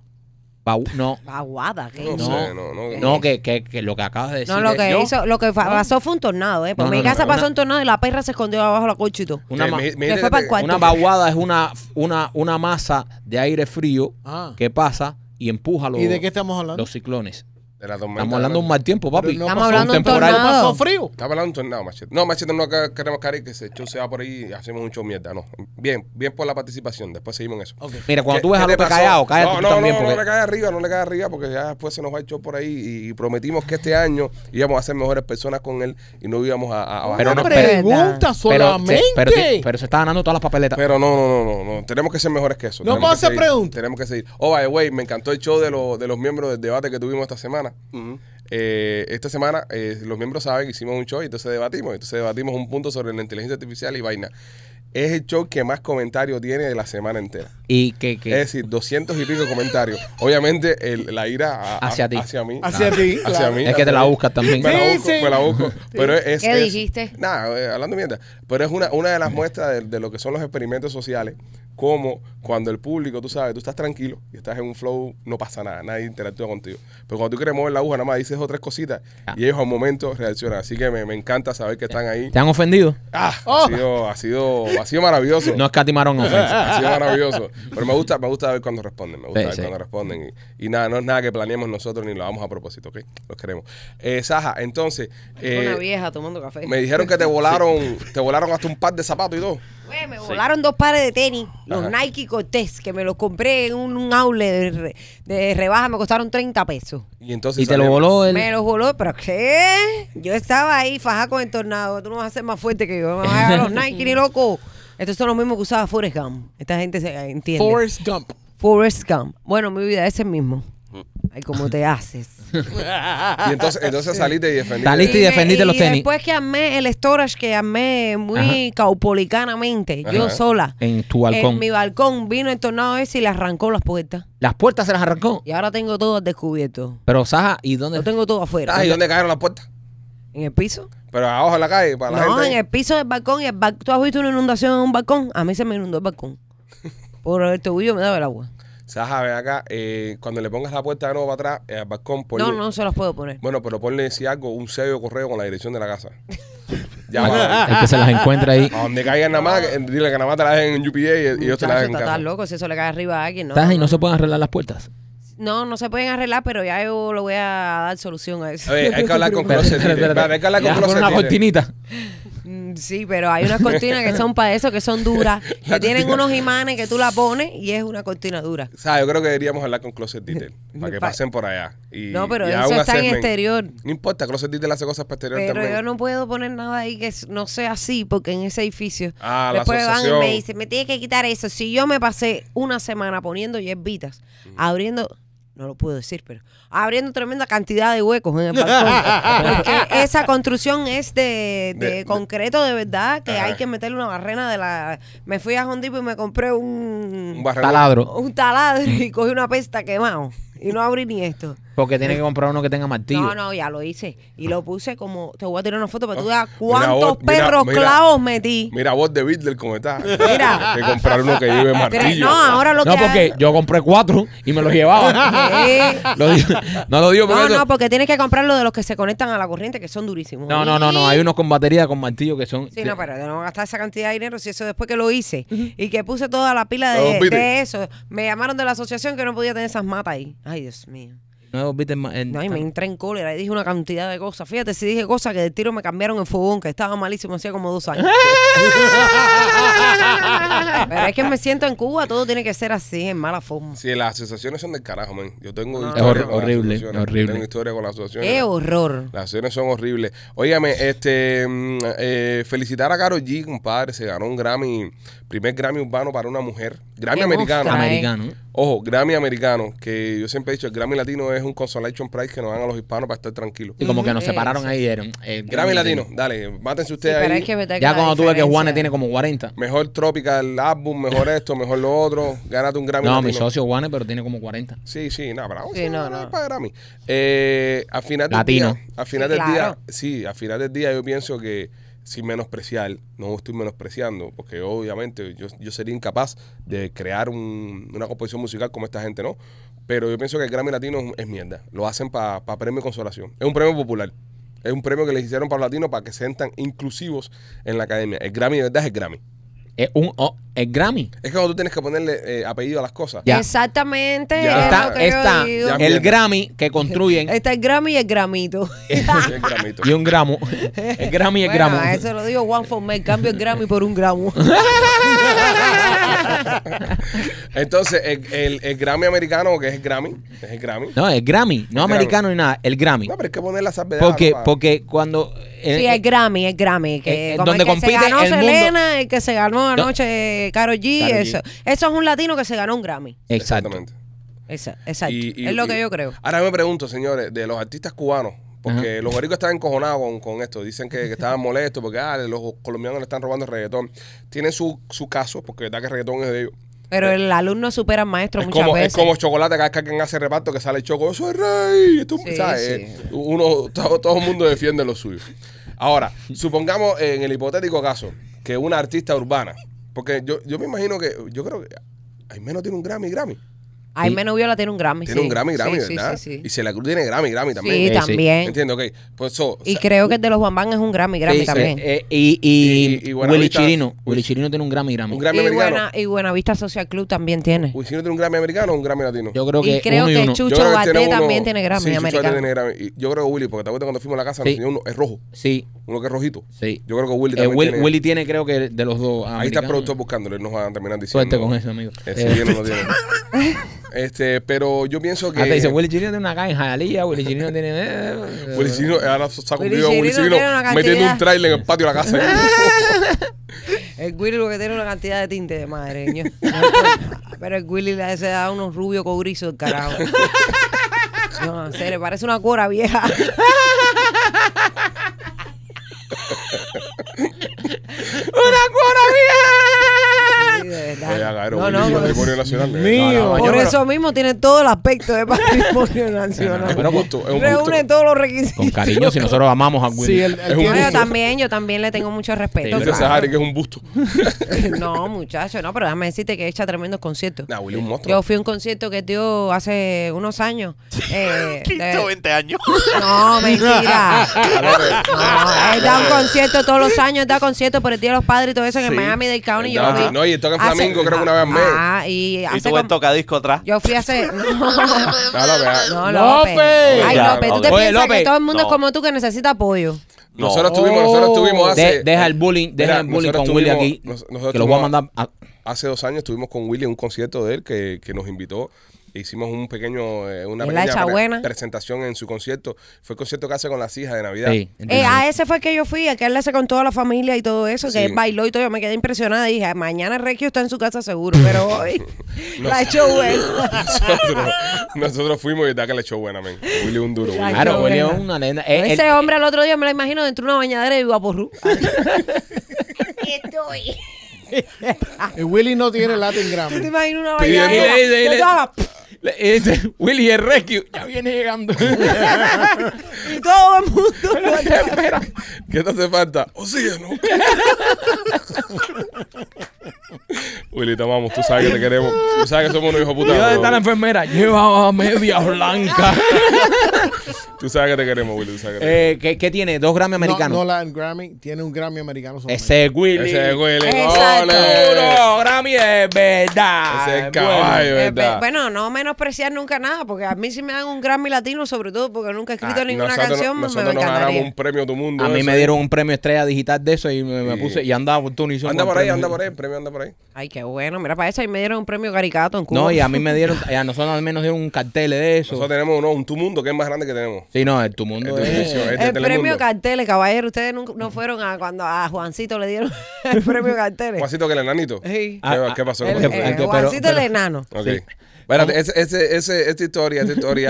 Pau- no, Aguada, ¿qué? No, No, sé, Eh, no, no. no, que, que, que lo que acabas de decir. lo es- que yo- hizo, lo que fa- pasó fue un tornado, ¿eh? Pues No, mi no, no, casa no, pasó no. un tornado y la perra se escondió abajo de la colchito. una, Que ma- mi- mi- fue pa'l cuarto. una vaguada es una, una, una masa de aire frío Ah. que pasa y empuja los, ¿Y de qué estamos hablando? los ciclones. De la tormenta. Estamos hablando de un mal tiempo, papi. Pero no Estamos pasó- hablando de un temporal. ¿No pasó tornado. frío? Estaba hablando de un tornado, Machete. No, Machete, no acá queremos caer que ese show se va por ahí y hacemos un show mierda. No. Bien, bien por la participación. Después seguimos en eso. Ok. Mira, cuando ¿Qué- tú ves qué a te López pasó? callado, cállate no, tú no, también. No, no, porque- le caes arriba, no le caes arriba, porque ya después se nos va el show por ahí y, y prometimos que este año íbamos a ser mejores personas con él y no íbamos a, a- a bajar. Pero no- pregunta pero, solamente. se- pero, ti- pero se está ganando todas las papeletas. Pero no, no, no, no, no. Tenemos que ser mejores que eso. No Tenemos puedo que hacer seguir. preguntas. Tenemos que seguir. Oh, by the way, me encantó el show de, los de los miembros del debate que tuvimos esta semana. Ujú. Eh, esta semana eh, los miembros saben que hicimos un show y entonces debatimos. Entonces debatimos un punto sobre la inteligencia artificial y vaina. Es el show que más comentarios tiene de la semana entera. y que, que- Es decir, 200 y pico comentarios. Obviamente, el- la ira a- a- Hacia ti. Hacia mí. Hacia Claro. ti, Hacia claro. mí. es que te la hacia mí. buscas también. Me la Sí, busco, sí. me la busco. Pero es, ¿Qué es- dijiste? Nada, eh, hablando mierda. Pero es una, una de Mm. las muestras de, de lo que son los experimentos sociales. Como cuando el público, tú sabes, tú estás tranquilo y estás en un flow, no pasa nada, nadie interactúa contigo. Pero cuando tú quieres mover la aguja, nada más dices otras cositas Ah. y ellos a un momento reaccionan. Así que me, me encanta saber que están ahí. ¿Te han ofendido? Ah, Oh. ha, sido, ha, sido, ha sido maravilloso. No escatimaron ofensa. Ha sido maravilloso. Pero me gusta, me gusta ver cuando responden. Me gusta Sí, ver sí. cuando responden. Y, y nada, no es nada que planeemos nosotros ni lo vamos a propósito, ¿ok? Los queremos. Eh, Saja, entonces, Una eh, vieja tomando café. me dijeron que te volaron, te volaron hasta un par de zapatos y todo. Güey, me volaron dos pares de tenis, los Ajá. Nike Cortez, que me los compré en un, un outlet de, re- de rebaja, me costaron 30 pesos. Y entonces Y te lo salieron. voló el. Me los voló, pero ¿qué? Yo estaba ahí fajado con el tornado, tú no vas a ser más fuerte que yo, me vas a dar los Nike, ni loco. Estos son los mismos que usaba Forrest Gump. Esta gente se entiende. Forrest Gump. Forrest Gump. Bueno, mi vida, ese es el mismo. Ay, cómo te haces. Y entonces, entonces saliste y defendiste. Está listo y me- defendiste los y tenis. después que armé el storage que armé muy caupolicanamente, yo Ajá. sola. En tu balcón. En mi balcón vino el tornado ese y le arrancó las puertas. Las puertas se las arrancó. Y ahora tengo todo al descubierto. Pero, Saja, ¿y dónde? Lo tengo todo afuera. Ah, ¿y dónde cayeron las puertas? ¿En el piso? Pero abajo en la calle, para la no, gente. en el piso del balcón. Y el ba- ¿Tú has visto una inundación en un balcón? A mí se me inundó el balcón. Por el tobillo me daba el agua. Saja, ven acá, eh, cuando le pongas la puerta de nuevo para atrás, eh, al balcón, ponle- No, no se las puedo poner. Bueno, pero ponle si algo, un sello de correo con la dirección de la casa. ya va. El que se las encuentra ahí. A donde caigan nada más, que- dile que nada más te la dejen en UPA y, y ellos te la dejen en Muchacho, Ah. está casa. tan loco si eso le cae arriba a alguien. No, Saja, ¿y no, no se pueden arreglar las puertas? no, no se pueden arreglar, pero ya yo lo voy a dar solución a eso. Oye, hay que hablar con Espérate, Closet. espérate, Dealer. espérate. Vale, Hay que hablar Le con vas a poner Closet. una Dealer. cortinita. Mm, Sí, pero hay unas cortinas que son para eso, que son duras, que tienen unos imanes que tú la pones y es una cortina dura. O sea, yo creo que deberíamos hablar con Closet Detail para que Pa- pasen por allá. Y, No, pero y eso hagan un está en assessment. exterior. No importa, Closet Detail hace cosas para exterior Pero también. yo no puedo poner nada ahí que s- no sea así, porque en ese edificio Ah, la después van y asociación. me dicen, me tienes que quitar eso. Si yo me pasé una semana poniendo hierbitas, Mm. abriendo, no lo puedo decir, pero abriendo tremenda cantidad de huecos en el balcón. porque esa construcción es de, de De- de- concreto de verdad, que Ajá. hay que meterle una barrena de la... Me fui a Home Depot y me compré Un un, barranco. Taladro. un taladro y cogí una pesta quemado. Y no abrí ni esto. Porque tiene que comprar uno que tenga martillo. Eh, No, no, ya lo hice. Y lo puse como. Te voy a tirar una foto para que tú Ah, veas Mira cuántos vos, mira, perros mira. clavos metí. Mira, voz de Bidler, ¿cómo está? Mira. Hay que comprar uno que lleve Tres- martillo. no, ahora lo No, que. porque yo compré cuatro y me los llevaba. ¿Qué? Lo digo- no lo digo porque No, eso- no, porque tienes que comprar lo de los que se conectan a la corriente, que son durísimos. no, no, no, no, Hay unos con batería con martillo que son. Sí, no, pero no gastar esa cantidad de dinero si eso después que lo hice y que puse toda la pila Los de, Beatles. de eso. Me llamaron de la asociación que no podía tener esas matas ahí. Ay, Dios mío. Nuevos Beatles ma- en- No, y me entré en cólera y dije una cantidad de cosas. Fíjate, si dije cosas que de tiro me cambiaron el fogón, que estaba malísimo hacía como dos años. Pero es que me siento en Cuba, todo tiene que ser así, en mala forma. Sí, las asociaciones son del carajo, man. Yo tengo Es historia con hor- las horrible, asociaciones. Yo horrible. Tengo historia con las asociaciones. ¡Qué horror! Las acciones son horribles. Óigame, este, mm, eh, felicitar a Karol G, compadre. Se ganó un Grammy, primer Grammy urbano para una mujer. Grammy Qué americano. mosca, eh. americano. Ojo, Grammy americano, que yo siempre he dicho, el Grammy latino es un consolation prize que nos dan a los hispanos para estar tranquilos. Y como que nos Ujú, separaron ahí. Eran, eh, Grammy latino, dale, mátense Sí, ustedes pero ahí. es que es verdad que Ya la cuando tuve que diferencia- Juanes tiene como 40. Mejor tropical álbum, mejor esto, mejor lo otro. Gánate un Grammy No, mi latino. socio Juanes, pero tiene como 40. Sí, sí, nada, bravo. Sí, sí, no, nada, no. Para Grammy. Eh, al final del Latino. día, al final Sí, del claro. día, sí, al final del día yo pienso que sin menospreciar, no estoy menospreciando, porque obviamente yo, yo sería incapaz de crear un- una composición musical como esta gente, ¿no? Pero yo pienso que el Grammy Latino es- es mierda. Lo hacen para premio de consolación. Es un premio popular. Es un premio que les hicieron para los latinos para que sean tan inclusivos en la academia. El Grammy de verdad es el Grammy. Es un oh, es Grammy. Es que cuando tú tienes que ponerle eh, apellido a las cosas. Ya. Exactamente. Ya. es Está, lo que yo está digo. Ya. el Grammy que construyen Está el Grammy y el Gramito. El Grammyito. y un gramo. El Grammy y el Bueno, gramo. a eso lo digo One for Me. Cambio el Grammy por un gramo. Entonces, el, el- el Grammy americano, que es el Grammy, es el Grammy. No, el Grammy, no Grammy. americano ni nada, el Grammy. No, pero hay que poner la salvedad. Porque, pa- porque cuando eh, Sí, el Grammy, el Grammy. Eh, Que, eh, como donde el que compite se ganó el mundo. Selena, el que se ganó No. anoche Karol G, Karol G. eso. Eso es un latino que se ganó un Grammy. eh, Exacto. Esa- Exacto. Y- y- es lo y- eh, que yo creo. Ahora me pregunto, señores, de los artistas cubanos, porque los guaricos están encojonados con, con esto, dicen que, que estaban molestos porque ah, los colombianos le están robando el reggaetón. Tienen su, su caso, porque verdad que el reggaetón es de ellos. Pero el alumno supera al maestro Es muchas como, es veces. como chocolate, cada vez que alguien hace reparto que sale el choco, eso es rey. Esto, Sí, ¿sabes? sí. Eh, Uno, todo, todo el mundo defiende lo suyo. Ahora, supongamos en el hipotético caso que una artista urbana, porque yo, yo me imagino que, yo creo que al menos tiene un Grammy, Grammy. Ay, menos viola tiene un Grammy. Tiene sí. un Grammy, Grammy, sí, ¿verdad? Sí, sí, Y sí. se la cruz tiene Grammy, Grammy también. Sí, Sí, sí. también. Entiendo, ok. Pues eso. Y creo que el de los Bambán es un Grammy, Grammy Sí, también. eh, eh, y y, Y- y Willy Buenavista- Chirino. Willy Chirino tiene un Grammy Grammy. un Grammy y, americano. buena, y Buenavista Social Club también tiene. Uy, si no tiene un Grammy americano o un Grammy latino. Yo creo que y creo uno y que uno. Yo Chucho creo que Baté uno- también tiene Grammy sí, Chucho Baté americano. tiene Grammy. Y yo creo que Willy, porque te acuerdas cuando fuimos a la casa, Sí. nos enseñó uno, es rojo, Sí, uno que es rojito. sí. Yo creo que Willy Eh, también Will- tiene. Willy tiene creo que de los Ahí dos está el americanos. productor buscándolo, él nos va a terminar diciendo. Suerte con eso, amigo. Eh, Eh, si tiene o no tiene. Este, pero yo pienso que. Ah, te dice, Willy Chirino tiene una caja en Jalía, Willy Chirino tiene... eh, eh, Willy Chirino, ahora saca un Willy video de Willy Chirino Chirino tiene una metiendo cantidad. un trailer en el patio de la casa. El Willy lo que tiene una cantidad de tinte de madre. ño. Pero el Willy le se da unos rubios cobrizos el carajo. No, se le parece una cora vieja. ¡Una Sí, de verdad. Oye, agarro, no, Eh, Willy, pues, no, por, patrimonio nacional. eh. Mío. por Yo, pero- eso mismo tiene todo el aspecto de patrimonio nacional. pues, Es un gusto, es un Reúne gusto. todos los Con requisitos. cariño, si nosotros amamos a Willy. Sí, él- él Es un No, tiene- yo también, yo también le tengo mucho respeto. Dice claro. Sahari que es un busto. No, muchacho, no, pero déjame decirte que echa tremendos conciertos. Nah, Willy es un monstruo. Yo fui a un concierto que dio hace unos años. Eh, 15 o de- 20 años. No, mentira. No, él da un concierto todos los años, él da conciertos por el Día de los Padres y todo eso en el Sí. Miami del County. Yo No, lo vi. no, y toca en Hace- Flamingo, creo que una vez al mes. Ah, y Y hace tuve el como- tocadisco atrás. Yo fui hace. No, No, no, pero- no, López. López. Ay, Ya, López, tú te López. Oye, piensas López. que todo el mundo No. es como tú que necesita apoyo. Nosotros tuvimos, nosotros tuvimos hace. Oh. De- deja el bullying, deja Mira, el bullying nosotros con Willy tuvimos- aquí. nos- nosotros que lo voy a tuvimos- mandar a... Hace dos años estuvimos con Willy en un concierto de él que, que nos invitó. Hicimos un pequeño, eh, una En la pequeña pre- Chabuena. presentación en su concierto. Fue el concierto que hace con las hijas de Navidad. Sí, Eh, entiendo. a ese fue el que yo fui, a que él le hace con toda la familia y todo eso, Sí. que él bailó y todo. Yo me quedé impresionada y dije, "Ah, mañana Requio está en su casa seguro, pero hoy la echó él. Nosotros, nosotros fuimos y está que le echó buena, men. Willy es un duro. Willy. Claro, Yo, Willy es venga. una leyenda. Eh, él- Ese hombre al otro día me la imagino dentro de una bañadera de guaporru. Estoy. Eh, Willy no tiene Latin ¿Tú te Grammy. imaginas una Pidiendo- bañadera? Y le dice- y de le- todas le- y dice, Willy el rescue, ya viene llegando. las- y todo el mundo. ¿Qué te hace falta? Oxígeno. Willy, te amamos. Tú sabes que te queremos. Tú sabes que somos unos hijos de puta, ¿Y dónde está pero la enfermera? Llevaba media blanca. Tú sabes que te queremos, Willy. Tú sabes que te Eh, ¿qué, qué tiene? ¿Dos Grammy No, americanos? no Latin Grammy, tiene un Grammy americano solamente. Ese es Willy. Ese es Willy. Exacto. ¡Ole! Puro Grammy de verdad. Ese es el Bueno. caballo, Eh, pe- ¿verdad? bueno, no menospreciar nunca nada, porque a mí si me dan un Grammy latino, sobre todo porque nunca he escrito Ah, ninguna nosotros- canción, me, me nosotros nos ganamos encantaría. un premio tu mundo. A mí eso. me dieron un premio estrella digital de eso y me, me Sí. puse y andaba por Tunisio. Anda con por ahí, premio. anda por ahí, el premio anda por ahí. Ay, qué bueno. Mira, para eso ahí me dieron un premio caricato en Cuba. No, y a mí me dieron, a nosotros al menos dieron un cartel de eso. Nosotros tenemos uno, un tu mundo que es más grande que tenemos. Sí, no, el tu mundo El de es- Tunisio, este el es Telemundo. premio Carteles, caballero. Ustedes nunca- no fueron a cuando a Juancito le dieron el premio Carteles. Juancito que el enanito. Sí. ¿Qué, Ah, qué pasó? El- con ¿qué ese eh, pero- Juancito pero- el enano. Ok. Espérate, ese- ese- ese- esta historia, esta historia,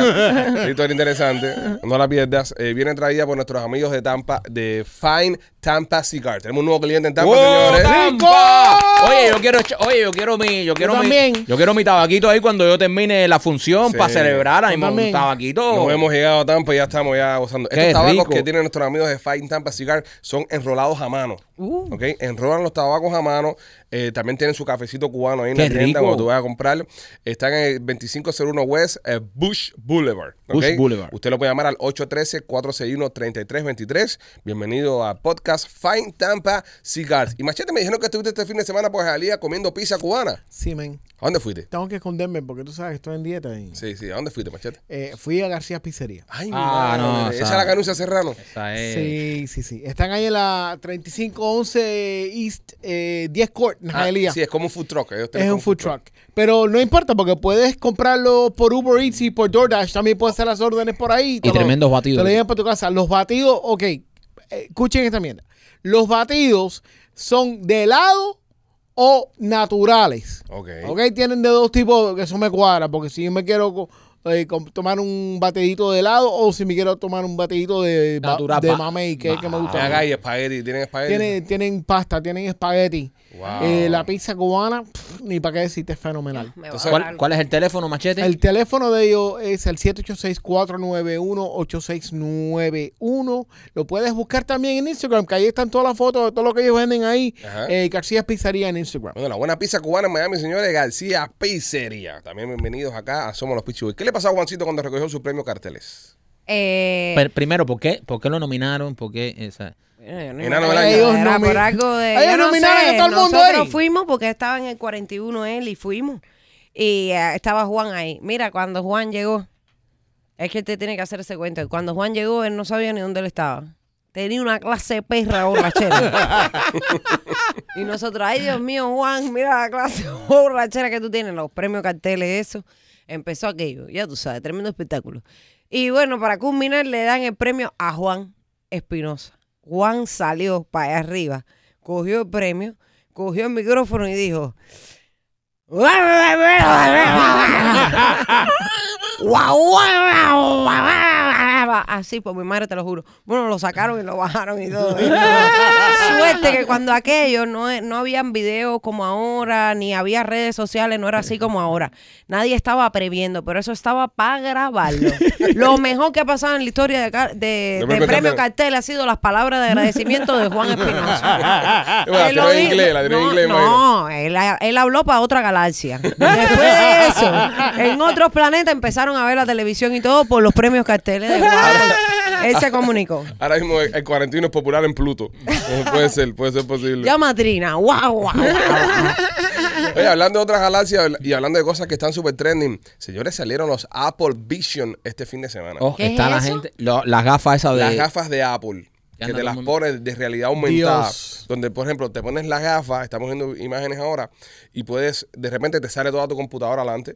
esta historia interesante, no la pierdas, eh, viene traída por nuestros amigos de Tampa, de Fine Tampa Cigar. Tenemos un nuevo cliente en Tampa, ¡Wow, señores. Tampa! Oye, yo quiero, echa- oye, yo quiero mi, yo quiero mi, también. yo quiero mi tabaquito ahí cuando yo termine la función Sí. para celebrar ahí Yo mismo un también. tabaquito. Nos hemos llegado a Tampa y ya estamos ya gozando. Oh. Qué Estos tabacos rico. que tienen nuestros amigos de Fine Tampa Cigar son enrolados a mano. Uh. ¿Ok? Enrolan los tabacos a mano, Eh, también tienen su cafecito cubano ahí en Qué la tienda rico. cuando tú vas a comprar. Están en el 2501 West eh, Bush Boulevard. ¿ok? Bush Boulevard. Usted lo puede llamar al 813-461-3323. Bienvenido a podcast Fine Tampa Cigars. Y Machete, me dijeron que estuviste este fin de semana por Jalía comiendo pizza cubana. Sí, men. ¿A dónde fuiste? Tengo que esconderme porque tú sabes que estoy en dieta. Y, Sí, sí, ¿a dónde fuiste, Machete? Eh, fui a García Pizzería. Ay, Ah, madre, no, esa es o sea- la canucia Serrano. Esa es- Sí, sí, sí. Están ahí en la 3511 East eh, 10 Court, en Ah, Hialeah. sí, es como un food truck. ellos tienen Es como un food truck. Pero no importa porque puedes comprarlo por Uber Eats y por DoorDash. También puedes hacer las órdenes por ahí. Y tremendos batidos. Te lo llevan para tu casa. Los batidos, ok. eh, Escuchen esta mierda. Los batidos son de helado o naturales. Ok. Ok, tienen de dos tipos que eso me cuadra. Porque si yo me quiero co- eh, com- tomar un batidito de helado o si me quiero tomar un batidito de, ba- Natural, de pa- mamey, que es el que me gusta. Ah, acá hay espagueti, tienen espagueti. Tienen, tienen pasta, tienen espagueti. Wow. Eh, la pizza cubana, pff, ni para qué decirte, es fenomenal. Me va a Entonces, dar ¿Cuál, algo. cuál es el teléfono, Machete? El teléfono de ellos es el 786-491-8691. Lo puedes buscar también en Instagram, que ahí están todas las fotos de todo lo que ellos venden ahí. Ajá. Eh, García Pizzería en Instagram. Bueno, la buena pizza cubana en Miami, señores, García Pizzería. También bienvenidos acá a Somos los Pichu. ¿Qué le pasó a Juancito cuando recogió su premio carteles? Eh, Per- primero, ¿por qué? ¿por qué lo nominaron? ¿Por qué? Esa- Bueno, yo no Enano iba a del decir año. nada, Ellos nomi- por algo de, Ellos yo no nominaron sé, a todo el mundo, Nosotros Eri. fuimos porque estaba en el 41 él y fuimos. Y eh, estaba Juan ahí. Mira, cuando Juan llegó, es que él te tiene que hacer ese cuento. Cuando Juan llegó, él no sabía ni dónde él estaba. Tenía una clase de perra borrachera. y nosotros, ay Dios mío, Juan, mira la clase de borrachera que tú tienes, los premios carteles, eso. Empezó aquello, ya tú sabes, tremendo espectáculo. Y bueno, para culminar, le dan el premio a Juan Espinosa. Juan salió para allá arriba, cogió el premio, cogió el micrófono y dijo. Así, por mi madre te lo juro. Bueno, lo sacaron y lo bajaron y todo. Suerte que cuando aquello no, e- no habían videos como ahora, ni había redes sociales, no era así como ahora. Nadie estaba previendo, pero eso estaba para grabarlo. Lo mejor que ha pasado en la historia de, ca- de- Del del premio premio Cartel. cartel ha sido las palabras de agradecimiento de Juan Espinosa. Bueno, la Él lo tiró en dijo- inglés, la tiró en no, inglés, imagino. No, él, él habló para otra galaxia. Después de eso, en otros planetas empezaron a ver la televisión y todo por los premios carteles de Guapa. Él se comunicó. Ahora mismo el el 41 es popular en Pluto. Eh, puede ser, puede ser posible. Llama a Trina. Guau, guau, guau. Oye, hablando de otras galaxias y hablando de cosas que están súper trending, señores, salieron los Apple Vision este fin de semana. Oh, ¿Qué es está la eso? gente. lo- las gafas esas de. Las gafas de Apple. Ya Que no te todo las el mundo- pones de realidad aumentada. Dios. Donde, por ejemplo, te pones las gafas, estamos viendo imágenes ahora, y puedes, de repente te sale toda tu computadora adelante,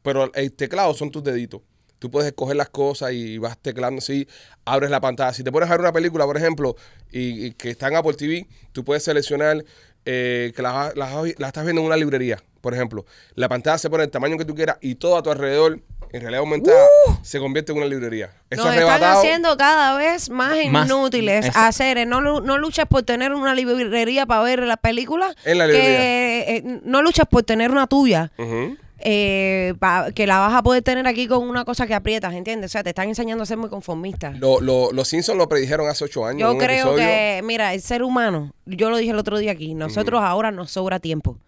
pero el teclado son tus deditos. Tú puedes escoger las cosas y vas teclando así, abres la pantalla. Si te pones a ver una película, por ejemplo, y, y que está en Apple TV, tú puedes seleccionar eh, que la, la- la estás viendo en una librería, por ejemplo. La pantalla se pone el tamaño que tú quieras y todo a tu alrededor, en realidad aumentada, se convierte en una librería. Eso Uh. Nos es están arrebatado. haciendo cada vez más Más- inútiles. Esa- Hacer, eh, no, lu- no luchas por tener una librería para ver las películas. En la que, librería. eh, no luchas por tener una tuya. Ujú. eh, pa- que la vas a poder tener aquí con una cosa que aprietas, ¿entiendes? O sea, te están enseñando a ser muy conformista. Lo- lo- los Simpsons lo predijeron hace ocho años. en Yo un creo episodio. que, mira, el ser humano, yo lo dije el otro día aquí, nosotros ahora nos sobra tiempo.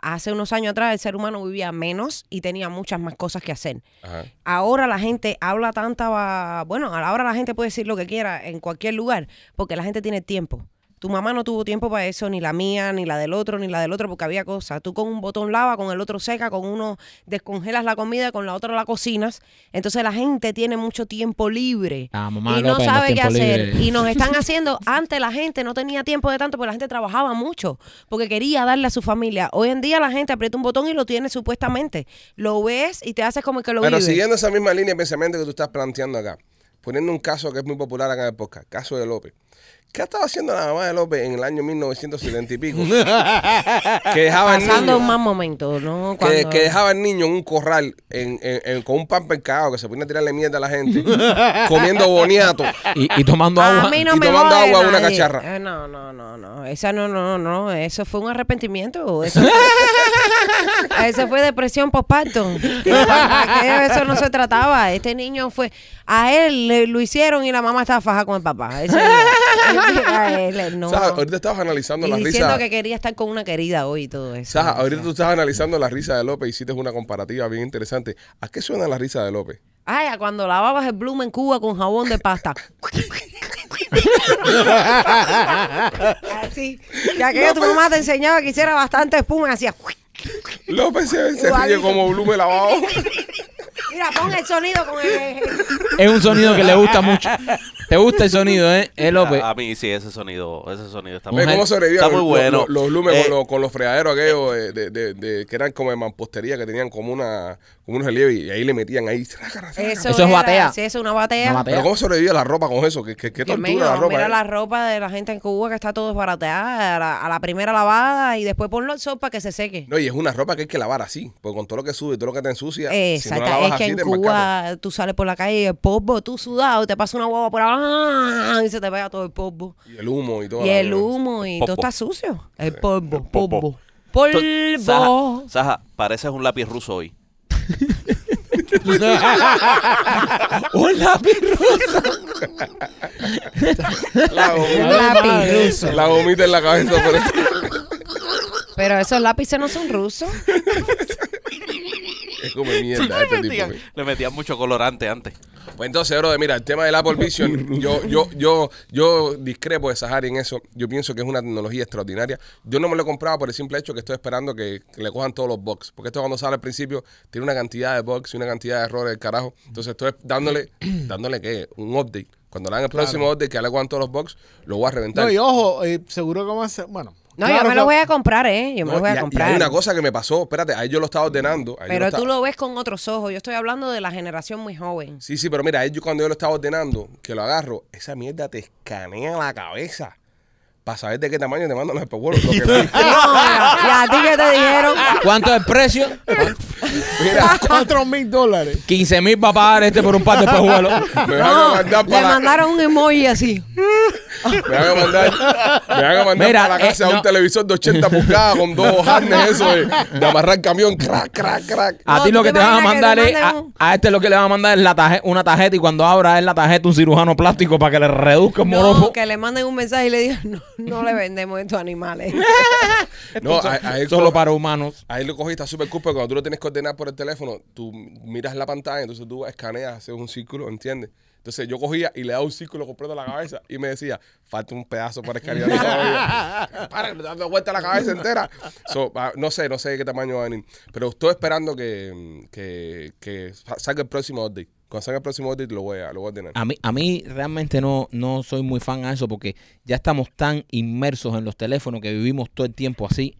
Hace unos años atrás el ser humano vivía menos y tenía muchas más cosas que hacer. Ajá. Ahora la gente habla tanta, va- bueno, ahora la gente puede decir lo que quiera en cualquier lugar, porque la gente tiene tiempo. Tu mamá no tuvo tiempo para eso, ni la mía, ni la del otro, ni la del otro, porque había cosas. Tú con un botón lava, con el otro seca, con uno descongelas la comida, con la otra la cocinas. Entonces la gente tiene mucho tiempo libre Ah, mamá y no López, los sabe qué tiempos hacer. libres. Y nos están haciendo, antes la gente no tenía tiempo de tanto, porque la gente trabajaba mucho, porque quería darle a su familia. Hoy en día la gente aprieta un botón y lo tiene supuestamente. Lo ves y te haces como que lo Pero vives. siguiendo esa misma línea de pensamiento que tú estás planteando acá, poniendo un caso que es muy popular acá en el podcast, caso de López. ¿Qué estaba haciendo la mamá de López en el año 1970 y pico? que dejaba al pasando niño, un mal momento, ¿no? que, Cuando- que dejaba al niño en un corral en- en- en- con un pan pescado que se ponía a tirarle mierda a la gente, comiendo boniato. Y, y tomando a agua. mí no y me tomando jode agua a una nadie. cacharra. Eh, no, no, no, no. Esa no, no, no. Eso fue un arrepentimiento. Eso, Eso fue depresión postparto. Eso no se trataba. Este niño fue. A él le- lo hicieron y la mamá estaba faja con el papá. Ese- Él, no. Saja, ahorita estabas analizando y la diciendo risa. que quería estar con una querida hoy y todo eso. Saja, O sea, ahorita tú estabas analizando la risa de López y hiciste una comparativa bien interesante. ¿A qué suena la risa de López? Ay, a cuando lavabas el bloom en Cuba con jabón de pasta. Así. Ya que tu mamá te enseñaba que hiciera bastante espuma, hacía. López se, se ríe Igualito. como Blume lavado. Mira, pon el sonido con el. Es un sonido que le gusta mucho. ¿Te gusta el sonido, eh? Eh, López. Ah, A, a mí sí, ese sonido, ese sonido está Ve muy cómo sobrevivió Está muy bueno. Los, Blume Eh, con, los, con los fregaderos aquellos eh, de, de- de- que eran como de mampostería, que tenían como una como un relieve y ahí le metían ahí. Eso, Eso es era- batea. Sí, eso es una batea. Una batea. Pero cómo sobrevivía la ropa con eso, que, que, que Dios tortura mío, la ropa. mira eh. la ropa de la gente en Cuba que está todo desbarateada a la, a la primera lavada y después ponlo al sol para que se seque. No, y es una ropa que hay que lavar así, porque con todo lo que sube y todo lo que te ensucia, si no Exacto, la lavas es que así, en te embarcaron. Cuba tú sales por la calle y el polvo, tú sudado, te pasa una guagua por ahí y se te pega todo el polvo. Y el humo y todo. Y el humo y todo Polvo. está sucio. El polvo, polvo. polvo. tú- Polvo. Saja, Saja, pareces un lápiz ruso hoy. pues. Un lápiz rosa. La, Un gomita- lápiz ruso. la gomita en la cabeza. Pero... Pero esos lápices no son rusos. Es como mierda este tipo. güey. Le metían mucho colorante antes. Pues entonces, bro, mira, el tema del Apple Vision, yo, yo, yo, yo discrepo de Sahari en eso. Yo pienso que es una tecnología extraordinaria. Yo no me lo he comprado por el simple hecho que estoy esperando que, que le cojan todos los bugs. Porque esto cuando sale al principio tiene una cantidad de bugs y una cantidad de errores del carajo. Entonces estoy dándole, dándole que un update. Cuando le hagan el próximo update que le cojan todos los bugs, lo voy a reventar. No, y ojo, eh, seguro que vamos a hacer. Bueno. No, claro yo me que- lo voy a comprar, ¿eh? Yo me lo No, voy y- y a comprar. hay una cosa que me pasó, espérate, ahí yo lo estaba ordenando. ahí yo Pero estaba- tú lo ves con otros ojos. Yo estoy hablando de la generación muy joven. Sí, sí, pero mira, ahí yo cuando yo lo estaba ordenando, que lo agarro, esa mierda te escanea la cabeza para saber de qué tamaño te mandan los espejuelos. Lo que No, te- y a ti que te dijeron. ¿Cuánto es el precio? mira, 4 mil dólares. 15 mil va a pagar este por un par de pejuelos. me van a No, mandar le para la, mandaron un emoji así. me van a mandar, me van a mandar Mira, para la eh, casa un no. televisor de 80 pulgadas con dos harnes eso de, de amarrar camión, crack, crack, crack. A No, ti ¿tú lo te que te van a imaginas que mandar te es. A, manden a este lo que le van a mandar es la taje- una tarjeta y cuando abra es la tarjeta un cirujano plástico para que le reduzca el No, moropo. que le manden un mensaje y le digan, no, no le vendemos estos animales. No, a- a él Solo co- para humanos. Ahí lo cogí, está súper cool, pero cuando tú lo tienes que ordenar por el teléfono, tú miras la pantalla, entonces tú escaneas, haces un círculo, ¿entiendes? Entonces yo cogía y le daba un círculo completo a la cabeza y me decía, falta un pedazo para escanear todavía. Para, me dando vuelta la cabeza entera. So, ah, no sé, no sé de qué tamaño va a venir, pero estoy esperando que, que, que sa- salga el próximo update. Cuando salga el próximo update lo voy a, lo voy a ordenar. Ah, A mí, a mí realmente no, no soy muy fan a eso porque ya estamos tan inmersos en los teléfonos que vivimos todo el tiempo así.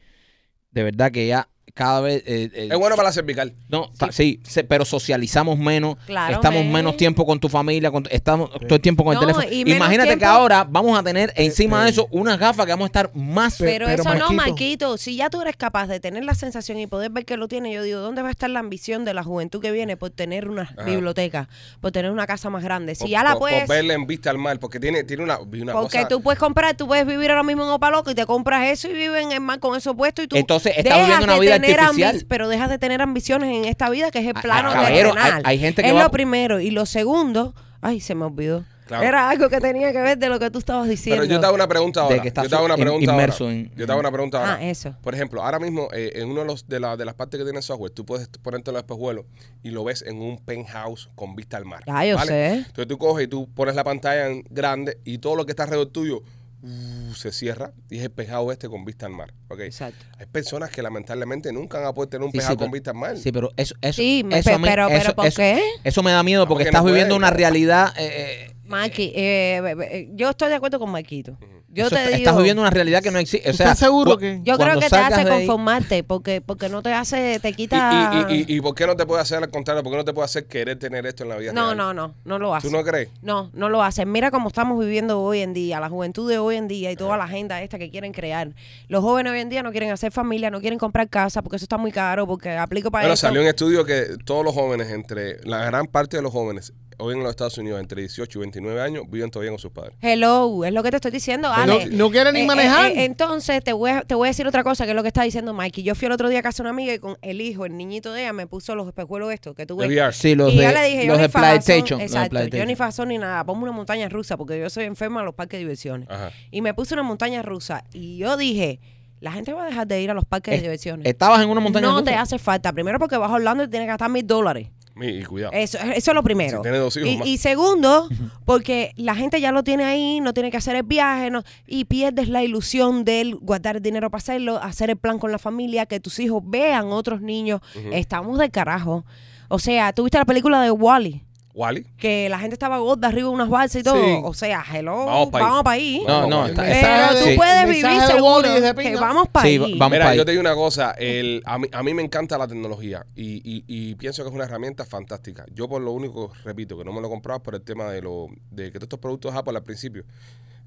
De verdad que ya cada vez... eh, eh, es bueno para la cervical. No, ta- sí, se- pero socializamos menos, Claro, estamos men. menos tiempo con tu familia, con tu- estamos todo el tiempo con No, el teléfono. y menos Imagínate que tiempo- ahora vamos a tener Este. encima de eso unas gafas que vamos a estar más... Pe- Pero, pero, eso no, Marquito. Marquito. Si ya tú eres capaz de tener la sensación y poder ver que lo tiene, yo digo, ¿dónde va a estar la ambición de la juventud que viene por tener una Ajá. biblioteca, por tener una casa más grande? Si Por- ya la por- por puedes. verla en vista al mar, porque tiene, tiene una, vi una porque cosa- tú puedes comprar, tú puedes vivir ahora mismo en Opaloco y te compras eso y vives en el mar con eso puesto y tú Entonces, está dejas viviendo una de vida tener artificial. ambi- pero dejas de tener ambiciones en esta vida que es el Ah, plano caballero, terrenal. hay- hay gente que es va- lo primero y lo segundo, ay, se me olvidó. Claro. Era algo que tenía que ver de lo que tú estabas diciendo. Pero yo te hago una pregunta De ahora. que está yo te hago una in- pregunta inmerso ahora. en- Yo te hago una pregunta ahora. Ah, eso. Por ejemplo, ahora mismo eh, en uno de, los, de, la- de las partes que tiene el software, tú puedes ponerte los espejuelos y lo ves en un penthouse con vista al mar. Ah, yo sé. Entonces tú coges y tú pones la pantalla en grande y todo lo que está alrededor tuyo uh, se cierra y es el penthouse este con vista al mar. ¿ok? Exacto. Hay personas que lamentablemente nunca van a poder tener un Sí, sí, penthouse pero- con vista al mar. Sí, pero eso, eso, Sí, me- eso a mí- pero- pero eso- ¿por eso- qué? eso me da miedo porque porque, no estás viviendo puede. una realidad... eh, eh, Maki, eh, be- be- yo estoy de acuerdo con Maquito. Yo eso te está- digo, estás viviendo una realidad que no existe. O sea, ¿Estás seguro cu- que- yo creo cuando que te salgas hace de ahí- conformarte porque porque no te hace, te Y, quita. y, y- y- y por qué no te puede hacer al contrario? ¿Por qué no te puede hacer querer tener esto en la vida no, real? no, no, no lo hace. ¿Tú no crees? No, no lo hacen. Mira cómo estamos viviendo hoy en día, la juventud de hoy en día y toda la agenda esta que quieren crear. Los jóvenes hoy en día no quieren hacer familia, no quieren comprar casa porque eso está muy caro, porque aplico para Bueno, eso. salió un estudio que todos los jóvenes, entre la gran parte de los jóvenes, hoy en los Estados Unidos entre 18 y 29 años viven todavía con sus padres. Hello, es lo que te estoy diciendo, Ale. sí. No, no quiere ni Eh, manejar. eh, eh, entonces, te voy, a, te voy a decir otra cosa que es lo que está diciendo Mikey. Yo fui el otro día a casa de una amiga y con el hijo, el niñito de ella, me puso los espejuelos estos que tú De ves. VR. Sí, los y de, yo le dije, yo los ni de fajazón- PlayStation. los de Exacto, yo PlayStation. ni fajazón ni nada. Pongo una montaña rusa porque yo soy enferma a los parques de Ah. diversiones. Ajá. Y me puse una montaña rusa y yo dije, la gente va a dejar de ir a los parques Es- de diversiones. Estabas en una montaña no rusa? te hace falta. Primero porque vas a Orlando y tienes que gastar mil dólares. Mi- Y cuidado. Eso, eso es lo primero. Si tiene dos hijos y, más. y segundo, porque la gente ya lo tiene ahí, no tiene que hacer el viaje, no, y pierdes la ilusión de él guardar el dinero para hacerlo, hacer el plan con la familia, que tus hijos vean otros niños. Estamos de carajo. O sea, ¿tú viste la película de Wally? Wally. Que la gente estaba gorda arriba de unas balsas y todo. Sí. O sea, hello, Vamos vamos pa' ahí. para No, ahí. No, no, El está, está- Pero tú sí. puedes El vivir mensaje de seguro Wally es de que pinga. vamos para Sí, ahí. va- vamos Mira, pa' yo ahí. te digo una cosa, el, a, mí, a mí me encanta la tecnología y, y- y pienso que es una herramienta fantástica. Yo por lo único, repito, que no me lo compraba por el tema de, lo, de que todos estos productos Apple al principio.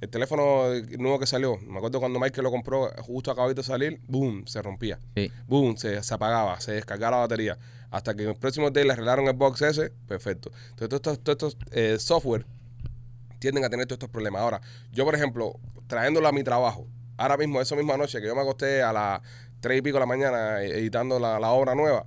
El teléfono nuevo que salió, me acuerdo cuando Michael lo compró, justo acabadito de salir, boom, se rompía. Sí. Boom, se, se apagaba, se descargaba la batería. Hasta que en el próximo día le arreglaron el box ese, perfecto. Entonces todos estos, todos estos, eh, software tienden a tener todos estos problemas. Ahora, yo por ejemplo, trayéndolo a mi trabajo, ahora mismo, esa misma noche que yo me acosté a las 3 y pico de la mañana eh, editando la, la obra nueva,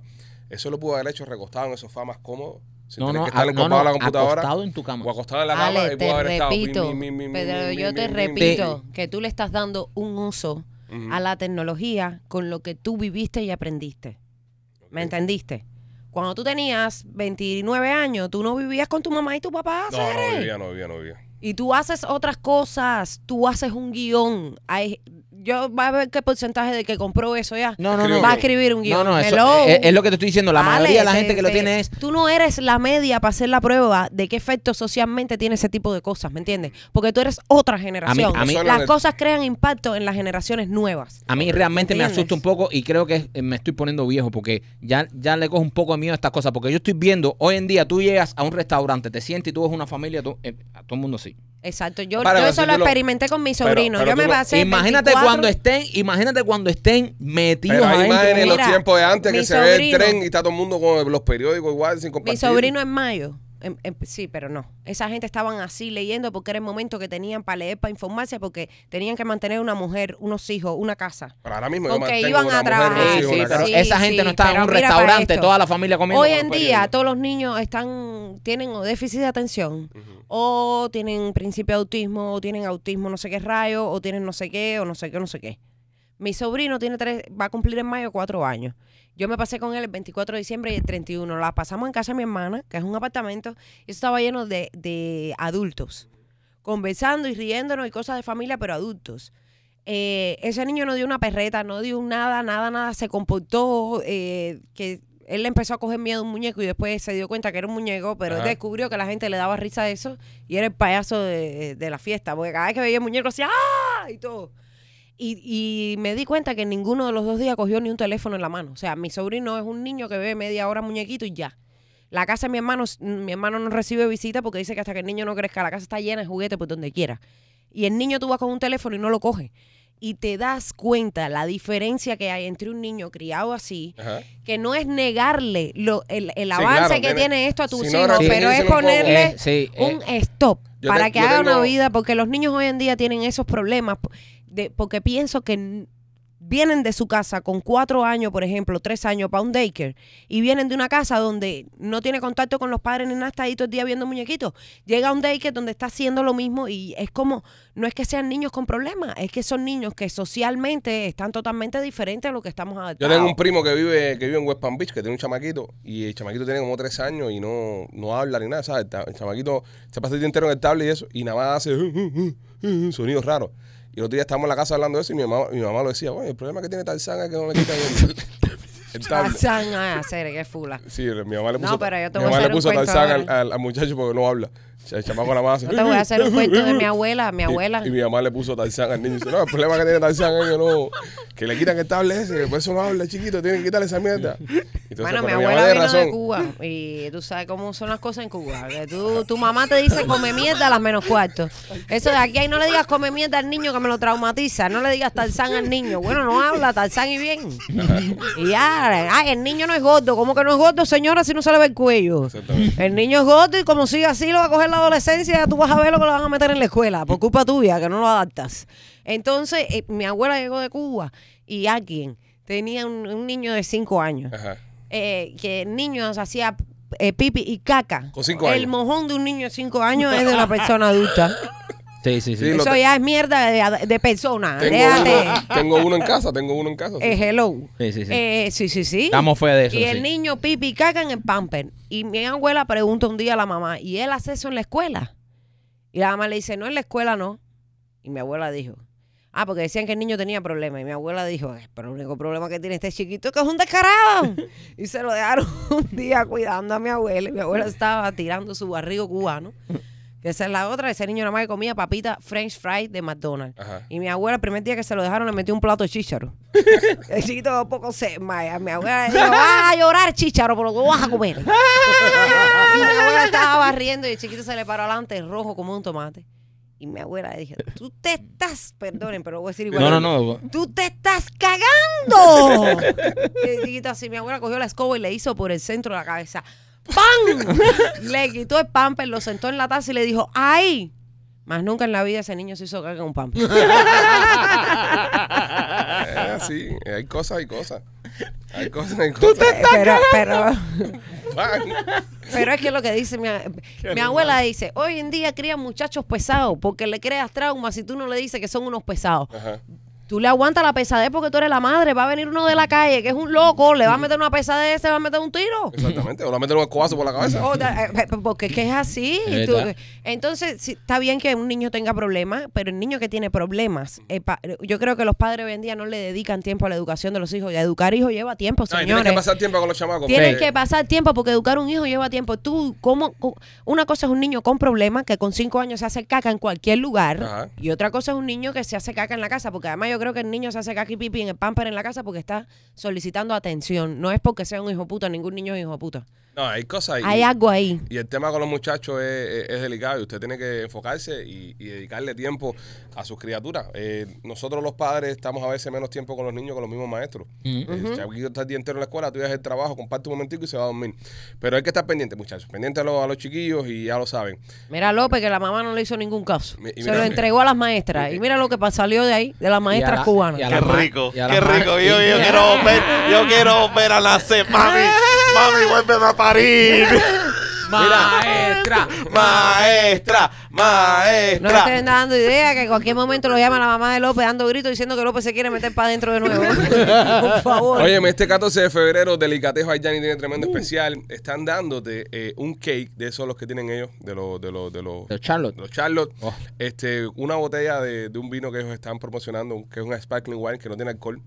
eso lo pude haber hecho recostado en el sofá más cómodo, sin No, tener no, que estar a- no, encopado a la no, computadora. acostado en tu cama. O acostado en la cama Ale, y pude te haber estado. repito, mi, mi, mi, mi, Pedro, mi, yo mi, te mi, mi. repito que tú le estás dando un uso Ujú. a la tecnología con lo que tú viviste y aprendiste. ¿Me entendiste? Cuando tú tenías 29 años, tú no vivías con tu mamá y tu papá, No, no Cere. vivía, no vivía, no vivía. Y tú haces otras cosas, tú haces un guión. Ay, yo va a ver qué porcentaje de que compró eso ya. No, no, Creo no. Va a escribir un guión. No, no, eso- Hello. es, es lo que te estoy diciendo. La Ale, mayoría de la te- gente que lo te- tiene es. Tú no eres la media para hacer la prueba de qué efecto socialmente tiene ese tipo de cosas, ¿me entiendes? Porque tú eres otra generación. a mí- Las Solamente- cosas crean impacto en las generaciones nuevas. A mí realmente me ¿Entiendes? asusta un poco y creo que eh, me estoy poniendo viejo porque ya, ya le cojo un poco de miedo a estas cosas. Porque yo estoy viendo, hoy en día tú llegas a un restaurante, te sientes y tú ves una familia, tú- eh, a todo el mundo sí. Exacto. Yo, Para, yo pero eso si lo tú lo- experimenté con mi Pero- sobrino. pero yo tú me lo- pasé. Imagínate 24 cuando estén, imagínate cuando estén metidos Pero hay adentro. imágenes en los Mira, tiempos de antes que mi se ve el sobrino- tren y está todo el mundo con los periódicos igual sin Mi compartir. sobrino en mayo. em- em- sí, pero no. Esa gente estaban así leyendo porque era el momento que tenían para leer, para informarse, porque tenían que mantener una mujer, unos hijos, una casa. Pero ahora mismo yo Porque mantengo iban una a mujer, trabajar. dos Sí, hijos, sí, una pero casa. Sí, esa gente no sí, está en pero un mira para restaurante, esto. toda la familia comiendo. Hoy con en el día periódico. todos los niños están tienen o déficit de atención o tienen principio de autismo o tienen autismo no sé qué rayo o tienen no sé qué o no sé qué no sé qué. Mi sobrino tiene tres, va a cumplir en mayo cuatro años. Yo me pasé con él el 24 de diciembre y el 31. La pasamos en casa de mi hermana, que es un apartamento, y eso estaba lleno de, de adultos, conversando y riéndonos y cosas de familia, pero adultos. Eh, ese niño no dio una perreta, no dio un nada, nada, nada, se comportó, eh, que él le empezó a coger miedo a un muñeco y después se dio cuenta que era un muñeco, pero él Ajá. descubrió que la gente le daba risa a eso y era el payaso de, de la fiesta, porque cada vez que veía el muñeco hacía ¡ah! y todo. Y, y me di cuenta que ninguno de los dos días cogió ni un teléfono en la mano. O sea, mi sobrino es un niño que bebe media hora muñequito y ya. La casa de mi hermano, mi hermano no recibe visita porque dice que hasta que el niño no crezca, la casa está llena de juguetes por donde quiera. Y el niño tú vas con un teléfono y no lo coge. Y te das cuenta la diferencia que hay entre un niño criado así, Ajá. que no es negarle lo- el, el Sí, avance claro, que tiene- tiene esto a tus si no, hijos, pero es restringírselo un poco. ponerle Eh, sí, eh. un stop Yo para te- que yo haga una tengo- vida, porque los niños hoy en día tienen esos problemas, po- de, porque pienso que n- vienen de su casa con cuatro años, por ejemplo, tres años para un daycare, y vienen de una casa donde no tiene contacto con los padres ni nada, está ahí todo el día viendo muñequitos. Llega a un daycare donde está haciendo lo mismo y es como, no es que sean niños con problemas, es que son niños que socialmente están totalmente diferentes a lo que estamos Yo adaptados. tengo un primo que vive que vive en West Palm Beach, que tiene un chamaquito, y el chamaquito tiene como tres años y no, no habla ni nada, ¿sabes? El ta- El chamaquito se pasa el día entero en el tablet y eso, y nada más hace uh, uh, uh, uh, sonidos raros. Y el otro día estábamos en la casa hablando de eso y mi mamá, mi mamá lo decía, bueno, el problema que tiene Tarzán es que no le quitan el, Ah, el tablet. Tarzán, ay, hacer, qué fula. Sí, mi mamá le No, puso, pero yo te mi voy mamá a hacer le un puso cuento Tarzán al, ahora. al- al muchacho porque no habla. El chamaco nada más hace, No te voy a hacer un cuento de mi abuela, mi abuela. Y, y mi mamá le puso Tarzán al niño. Y dice, no, el problema que tiene Tarzán es que no, que le quitan el tablet ese, que por eso no habla chiquito, tienen que quitarle esa mierda. Entonces, Bueno, mi cuando abuela le vino de Cuba y tú sabes cómo son las cosas en Cuba. Que tú, tu mamá te dice come mierda a las menos cuarto. Eso de aquí ahí no le digas come mierda al niño que me lo traumatiza. No le digas Tarzán al niño. Bueno, no habla Tarzán y bien. Y ya, ay, el niño no es gordo. ¿Cómo que no es gordo, señora, si no se le ve el cuello? Exactamente. El niño es gordo y como sigue así lo va a coger la adolescencia, tú vas a ver lo que lo van a meter en la escuela por culpa tuya, que no lo adaptas. Entonces, eh, mi abuela llegó de Cuba y alguien tenía un, un niño de cinco años Ajá. eh, que niños hacía eh, pipi y caca. Con cinco El años. mojón de un niño de cinco años es de una persona adulta. Sí, sí, sí. Sí, lo Eso te- ya es mierda de, de persona. Tengo uno, Ah, Déjate. tengo uno en casa, tengo uno en casa. sí. Eh, hello. Sí, sí, sí. Eh, sí, sí, sí. Estamos fe de eso, Y el sí. niño pipi y caca en el pamper. Y mi abuela pregunta un día a la mamá, ¿y él hace eso en la escuela? Y la mamá le dice, no, en la escuela no. Y mi abuela dijo, ah, porque decían que el niño tenía problemas. Y mi abuela dijo, "Eh, pero el único problema que tiene este chiquito es que es un descarado. y se lo dejaron un día cuidando a mi abuela. Y mi abuela estaba tirando su barrigo cubano. Que esa es la otra. Ese niño nada más que comía papita french fries de McDonald's. Ajá. Y mi abuela el primer día que se lo dejaron le metió un plato de chícharo. El chiquito de poco se desmaya. Mi abuela le dijo, vas a llorar chícharo, pero tú vas a comer. y mi abuela estaba barriendo y el chiquito se le paró adelante rojo como un tomate. Y mi abuela le dijo, tú te estás, perdonen, pero voy a decir igual. No, no, no. ¡Tú te estás cagando! Y el chiquito así, mi abuela cogió la escoba y le hizo por el centro de la cabeza. ¡Pam! Le quitó el pamper, lo sentó en la taza y le dijo, ¡ay! Más nunca en la vida ese niño se hizo caca en un pamper. Es así, Eh, hay cosas, hay cosas. Hay cosas, hay cosas. Pero, pero, Pan. pero es que lo que dice mi, mi abuela dice, hoy en día crían muchachos pesados porque le creas traumas si tú no le dices que son unos pesados. Ajá. Tú le aguantas la pesadez porque tú eres la madre, va a venir uno de la calle que es un loco, le va a meter una pesadez, se va a meter un tiro. Exactamente, o la meten un escobazo por la cabeza. O da- eh, eh, porque es que es así. Es Tú- verdad. entonces, sí, está bien que un niño tenga problemas, pero el niño que tiene problemas, eh, pa- yo creo que los padres hoy en día no le dedican tiempo a la educación de los hijos. Y educar hijos lleva tiempo, Ay, señores. tienes que pasar tiempo con los chamacos. Tienes porque- que pasar tiempo porque educar un hijo lleva tiempo. Tú, ¿cómo? cu- Una cosa es un niño con problemas que con cinco años se hace caca en cualquier lugar. Ajá. Y otra cosa es un niño que se hace caca en la casa. Porque además yo creo que el niño se hace caca y pipi en el pamper en la casa porque está solicitando atención. No es porque sea un hijo puta, ningún niño es hijo puta. No, hay cosas. Hay algo ahí. Y el tema con los muchachos es, es- es delicado y usted tiene que enfocarse y, y dedicarle tiempo a sus criaturas. Eh, nosotros los padres estamos a veces menos tiempo con los niños que los mismos maestros. Eh, El chamaquito está el día entero en la escuela, tú ibas al trabajo, comparte un momentico y se va a dormir. Pero hay que estar pendiente, muchachos. Pendiente a los, a los chiquillos y ya lo saben. Mira López que la mamá no le hizo ningún caso. Mi- y Se mira- lo entregó a las maestras. Y mira lo que pa- salió de ahí, de las maestras cubanas. Qué rico, qué rico. Yo, yo Yo quiero volver, yo quiero volver a nacer, mami. Mami, vuélveme a parir. Ah. Maestra. Maestra, No maestra. le este- estén dando idea que en cualquier momento lo llama la mamá de López dando gritos diciendo que López se quiere meter para adentro de nuevo. Por favor. Oye, este 14 de febrero, Delicatejo Haitiani tiene tremendo especial. Están dándote eh, un cake de esos los que tienen ellos, de los, de los, de los, Pero Charlotte. los Charlotte, Oh. este, una botella de, de un vino que ellos están promocionando, que es un sparkling wine que no tiene alcohol.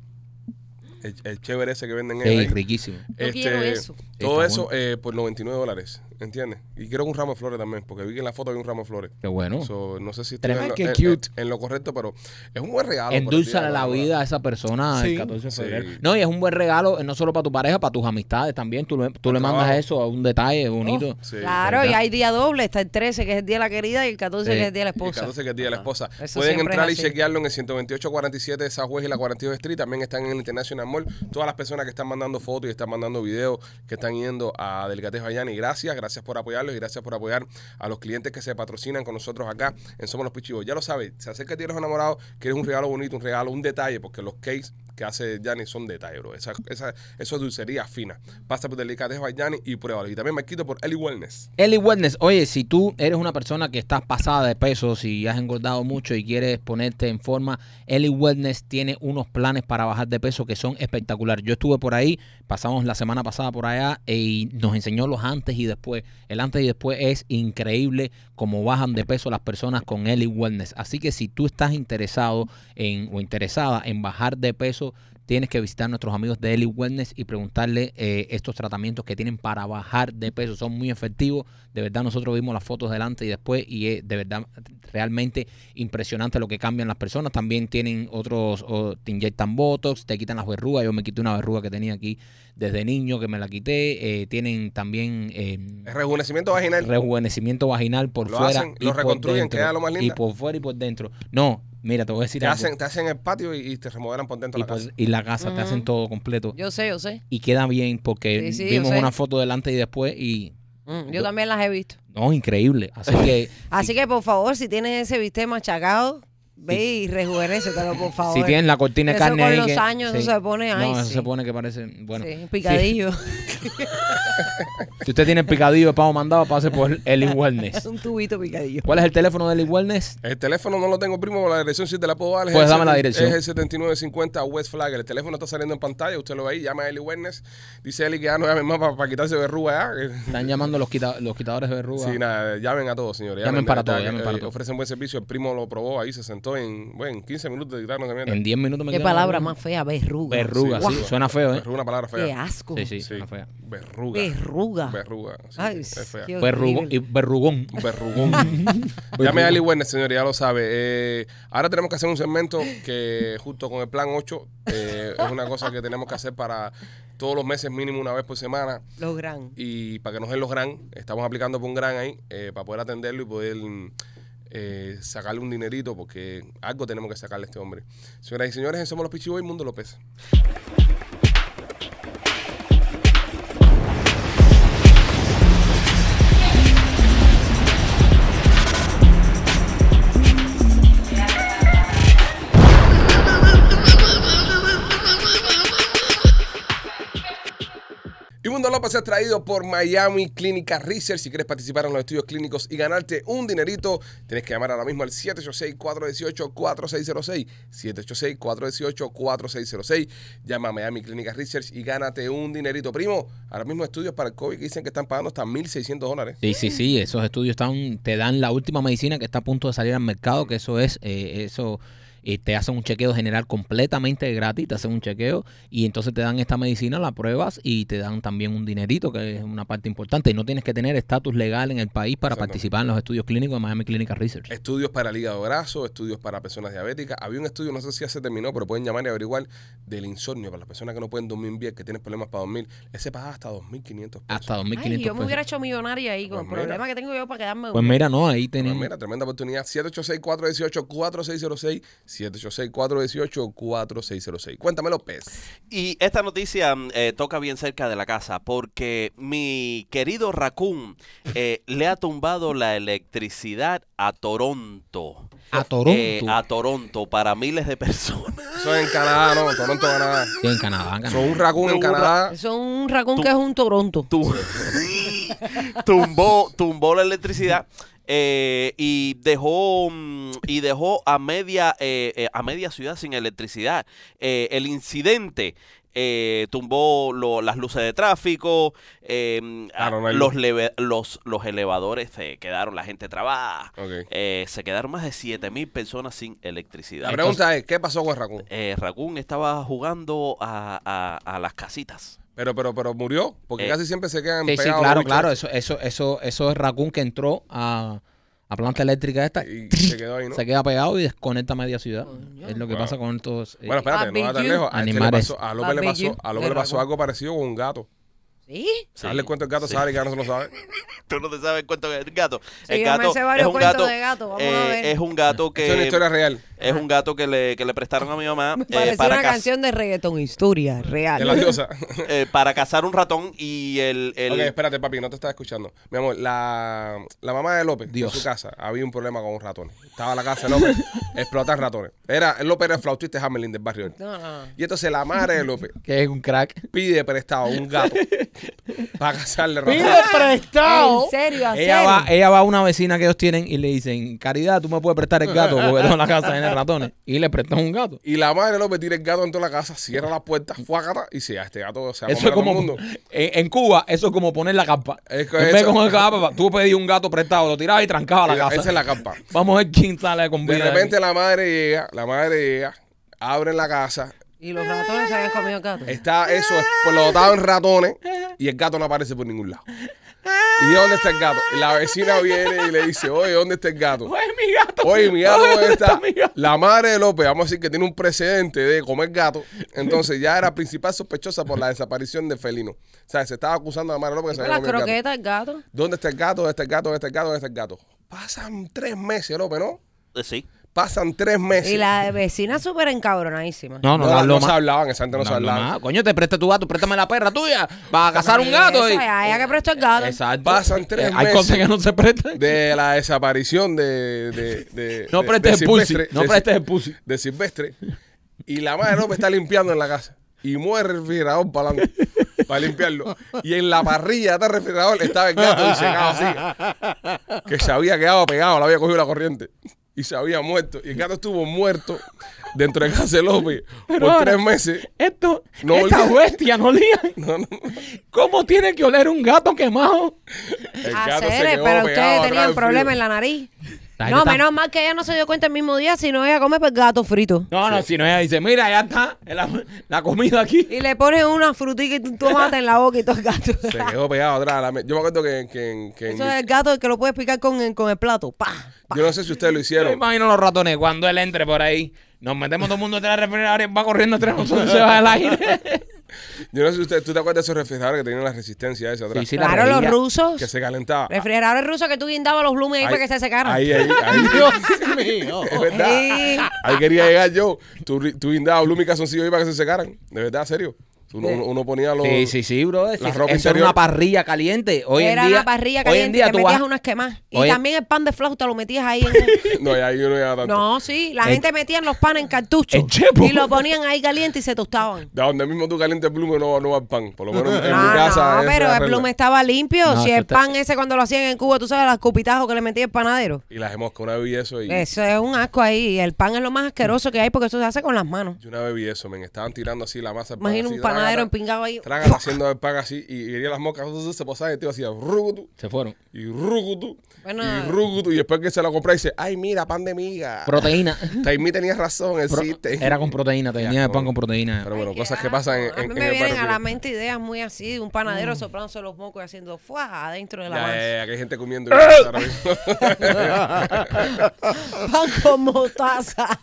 El, el chévere ese que venden ellos Sí, ahí. Este, riquísimo. Yo quiero eso. Todo Está eso bueno. eh, por 99 dólares, ¿entiendes? Y quiero un ramo de flores también, porque vi que en la foto había un ramo de flores. Qué bueno. So, no sé si estoy en Tremendo. lo, Qué en- cute. en- en lo correcto, pero es un buen regalo. para el Endulzale día, la ¿no? vida a esa persona el Sí. 14 de Sí. febrero. No, y es un buen regalo, eh, no solo para tu pareja, para tus amistades también. Tú, le- tú le mandas trabajo. Oh, eso a un detalle bonito. Sí. claro, y hay día doble. Está el 13, que es el día de la querida, y el 14, Sí. que es el día de la Y el esposa. 14 que es día de la esposa. Eso Pueden siempre entrar y es así. chequearlo en el 12847 de Southwest y la 42 Street. También están en el International Mall. Todas las personas que están mandando fotos y están mandando videos, que están yendo a Delicatejo Bayani. Gracias, gracias por apoyarlos y gracias por apoyar a los clientes que se patrocinan con nosotros acá en Somos los Pichivos. Ya lo sabes, se acerca a ti los enamorados, quieres un regalo bonito, un regalo, un detalle, porque los cakes que hace Yanni son detalles, bro. Esa, esa, eso es dulcería fina. Pasa por Delicatejo Bayani y pruébalo. Y también me quito por Ellie Wellness. Eli Wellness, oye, si tú eres una persona que estás pasada de peso, si has engordado mucho y quieres ponerte en forma, Eli Wellness tiene unos planes para bajar de peso que son espectaculares. Yo estuve por ahí, pasamos la semana pasada por allá y nos enseñó los antes y después. El antes y después es increíble cómo bajan de peso las personas con Eli Wellness. Así que si tú estás interesado en, o interesada en bajar de peso, tienes que visitar a nuestros amigos de Eli Wellness y preguntarle eh, estos tratamientos que tienen para bajar de peso. Son muy efectivos. De verdad, nosotros vimos las fotos delante y después y es de verdad realmente impresionante lo que cambian las personas. También tienen otros, o te inyectan Botox, te quitan las verrugas. Yo me quité una verruga que tenía aquí desde niño que me la quité. Eh, tienen también... eh, El rejuvenecimiento vaginal. rejuvenecimiento vaginal por Lo fuera. hacen, lo por reconstruyen, dentro. queda lo más Y linda. por fuera y por dentro. No, mira, te voy a decir te, algo. hacen, te hacen el patio y, y te remodelan por dentro y, la por- casa. y la casa, te Ujú. hacen todo completo. Yo sé, yo sé. Y queda bien porque Sí, sí, vimos yo sé. una foto delante y después y... Mm, Yo- yo también las he visto. No, increíble. Así que... Así que por favor, si tienes ese bistec machacado, ve y rejuvenécetelo, por favor. Si tienen la cortina de Eso carne con ahí los que- años, eso se pone- ay, No, eso sí. se pone que parece... Bueno. Sí, picadillo. Si, si usted tiene el picadillo de pavo mandado, pase por Eli Es Wellness. un tubito picadillo. ¿Cuál es el teléfono de Eli Wellness? El teléfono no lo tengo, primo, pero la dirección sí te la puedo dar. Es Pues el dame la seten- dirección. Es el 7950 West Flagger. El teléfono está saliendo en pantalla, usted lo ve ahí, llama a Eli Wellness. Dice Eli que ya no llamen más para, quitarse verruga ya. Están llamando los, quita- los quitadores de verrugas. Eh, Sí, nada, llamen a todos, señores. Llamen para de verdad, todo, llamen que, para eh, todo. Ofrecen buen servicio. El primo lo probó ahí, se sentó en, bueno, en 15 minutos de quitarnos de mierda. En 10 minutos me Qué quitan la palabra verruga. más fea, verruga. Verruga, Guau, sí. Suena feo, ¿eh? Verruga, una palabra Qué fea. asco. Sí, sí, Sí. suena fea. Verruga. Verruga. Verruga. sí, Ay, es fea. qué Verrugo- horrible. y verrugón. Verrugón. Pues Llame a Ali Wellness, señores, ya lo sabe. Eh, ahora tenemos que hacer un segmento que, junto con el plan 8, eh, es una cosa que tenemos que hacer para todos los meses, mínimo una vez por semana. Los gran. Y para que nos den los gran, estamos aplicando por un gran ahí, eh, para poder atenderlo y poder mm, eh, sacarle un dinerito, porque algo tenemos que sacarle a este hombre. Señoras y señores, en somos los Pichiboy, Mundo López. Y Mundo López es traído por Miami Clínica Research. Si quieres participar en los estudios clínicos y ganarte un dinerito, tienes que llamar ahora mismo al 786-418-4606. 786-418-4606. Llama a Miami Clínica Research y gánate un dinerito. Primo, ahora mismo estudios para el COVID que dicen que están pagando hasta 1.600 dólares. Sí, sí, sí, esos estudios están, te dan la última medicina que está a punto de salir al mercado, que eso es, eh, eso, eh, te hacen un chequeo general completamente gratis, te hacen un chequeo y entonces te dan esta medicina, la pruebas y te dan también un dinerito, que es una parte importante. Y no tienes que tener estatus legal en el país para Exactamente. participar en los estudios clínicos de Miami Clinical Research. Estudios para el hígado graso, estudios para personas diabéticas. Había un estudio, no sé si ya se terminó, pero pueden llamar y averiguar del insomnio para las personas que no pueden dormir bien, que tienen problemas para dormir. Ese paga hasta 2.500 pesos. Hasta Ay, 2.500 yo me pesos. hubiera hecho millonaria ahí con el Pues mira. problema que tengo yo para quedarme. Pues mira, no, ahí Pues tenés. mira, tremenda oportunidad. 786-418-4606. 786-418-4606. Cuéntame, López. Y esta noticia mm, eh, toca bien cerca de la casa porque mi querido Raccoon eh, le ha tumbado la electricidad a Toronto. A Toronto. Eh, a Toronto para miles de personas. Eso es en Canadá, no. Toronto, Canadá. Sí, en Canadá, en Eso Canadá. es un raccoon en Un ra- Canadá. Son un racón que es un Toronto. Tu- tumbó, tumbó la electricidad eh, y dejó mm, y dejó a media eh, eh, a media ciudad sin electricidad. Eh, el incidente eh, tumbó lo- las luces de tráfico, eh, Claro, Ah, no hay los, luz. leve- los los elevadores se quedaron, la gente trabaja. Ok. Eh, se quedaron más de 7 mil personas sin electricidad. La pregunta es, ¿qué pasó con el raccoon? Eh, Raccoon estaba jugando a, a- a las casitas. Pero, pero, pero murió, porque Eh, casi siempre se quedan Sí, sí, pegados. claro, los bichos. claro. Eso, eso, eso, eso es Raccoon que entró a, a planta eléctrica esta. Y se quedó ahí, ¿no? Se queda pegado y desconecta media ciudad. Es lo que Wow. pasa con estos. eh, Bueno, pues, espérate, no va tan Barbecue. lejos. A, este le Animales. pasó, a López le pasó, a López le pasó Barbecue. algo parecido con un gato. ¿Sí? Sí. Dale cuenta el gato, Sí. sabe que no se lo sabe. Tú no te sabes cuánto es el gato. Sí, El yo me gato sé es varios un cuentos gato. de gato, vamos a eh, ver. es un gato Esto es una historia que real. es un gato que le, que le prestaron a mi mamá Me eh, pareció para, una caz- canción de reggaetón, historia De la real. diosa. eh, para cazar un ratón y el, el- Ok, espérate, papi, no te estaba escuchando. Mi amor, la, la mamá de López, Dios. en su casa, había un problema con un ratón. Estaba la casa de López, explotan ratones. Era, López era el flautista de Hamelin del barrio. No, no, no. Y entonces la madre de López que es un crack. pide prestado un gato para casarle ratón. Pide prestado. En serio, a Ella serio? va, eh. ella va a una vecina que ellos tienen y le dicen: Caridad, tú me puedes prestar el gato porque tengo la casa llena de ratones. Y le prestan un gato. Y la madre de López tira el gato en toda la casa, cierra la puerta, fuácata, y se este gato se va a comer a todo Eso es el como. mundo. En, en Cuba, eso es como poner la capa. Es En que vez de eso- coger la capa, tú pedías un gato prestado, lo tirabas y trancabas la Esa casa. esa es la campa. Vamos a ver quién sale con De vida. repente la madre llega, la madre llega, abren la casa Y los ratones se habían comido gato. Está eso explotado en ratones y el gato no aparece por ningún lado. ¿Y dónde está el gato? La vecina viene y le dice, oye, ¿dónde está el gato? Oye, mi gato. Oye, mi gato, ¿dónde está? mi gato? La madre de López, vamos a decir que tiene un precedente de comer gato. Entonces ya era principal sospechosa por la desaparición del felino. O sea, se estaba acusando a la madre de López que se había Las comido el gato. croquetas, el gato. ¿Dónde está el gato? ¿Dónde está el gato? ¿Dónde está el gato? ¿Dónde está el gato? Pasan tres meses, López, ¿no? Eh, Sí. Pasan tres meses. Y la vecina súper encabronadísima. No, No, no, no, la loma. se hablaban, esa gente no, No se habló hablaban. más. Coño, te presta tu gato, préstame la perra tuya para cazar un gato. Eso, Y... ya, ya que prestó el gato. Exacto. Pasan tres Eh, Hay meses. cosas que no se prestan. de la desaparición de, de, de- no de- prestes de el pussy. Silvestre, No de- prestes el pussy. de Silvestre y la madre López está limpiando en la casa y mueve el refrigerador para para limpiarlo y en la parrilla del refrigerador estaba el gato disecado así que se había quedado pegado le había cogido la corriente y se había muerto y el gato estuvo muerto dentro de casa de López por Pero ahora- tres meses Esto, No estas olía. bestias no olían. no, no, ¿Cómo tiene que oler un gato quemado? el gato se Hacer, quedó pero pegado ustedes atrás tenían del problemas en frío. la nariz. La gente No, está- menos mal que ella no se dio cuenta el mismo día, si no ella come pues gato frito. No, no, si no, ella dice, mira, ya está la, la comida aquí. Y le pones una frutita y un tomate en la boca y todo el gato. se quedó pegado atrás de la me- yo me acuerdo que, que en- que en- Eso es el gato que lo puedes picar con, el- con el plato. ¡Pah! yo no sé si ustedes lo Yo me hicieron imagino los ratones, cuando él entre por ahí, nos metemos todo el mundo detrás del refrigerador y él va corriendo atrás de nosotros y se va al aire. Yo no sé si usted, ¿tú te acuerdas de esos refrigeradores que tenían la resistencia esa atrás? Sí, sí, la Claro, los rejilla. rusos. Que se calentaba. Refrigeradores rusos que tú guindabas los lumes ahí, para que se secaran. Ahí, ahí, ahí. Dios mío. Es verdad. Sí. Ahí quería llegar yo. Tú, ri- tú guindabas Blumi calzoncillo ahí para que se secaran. De verdad, serio. Uno, uno- uno ponía los. Sí, sí, sí, bro. La Sí, ropa eso interior. era una parrilla caliente. Hoy Era en día, una parrilla hoy en caliente, día te tú metías vas- unas quemadas. Y Hoy- también el pan de flauta lo metías ahí. en- No, y ahí yo no llegaba tanto. no, sí, la gente metía los panes en cartucho. El chepo. Y lo ponían ahí caliente y se tostaban. Ah, De donde mismo tú calientes Blumi no, no va el pan. Por lo menos en No, mi casa. no, esa pero el regla. plume estaba limpio. No, si eso el está- pan ese cuando lo hacían en Cuba, tú sabes las cupitajos que le metía el panadero. Y las moscas. Una vez vi eso y. Eso es un asco ahí. El pan es lo más asqueroso que hay porque eso se hace con las manos. Yo una vez vi eso, me estaban tirando así la masa. al pan, Imagino así, un panadero trágata, empingado ahí. Trágata haciendo el pan así y, y veía las moscas, se posaban y el tío hacía rugutu. Se fueron. y rugutu Bueno. eh, y rugutu y después que se la compra dice ay mira pan de miga Proteína. Taimi tenía razón Pro- existe Era con proteína, tenía el pan con proteína. pero bueno Ay, qué cosas que asco. pasan en, A mí en- en me el vienen a barrio. la mente ideas muy así de un Mm. panadero soplándose los mocos y haciendo fuá adentro de la ya, masa. ya, ya, que hay gente comiendo y- ahora mismo. Pan con mostaza.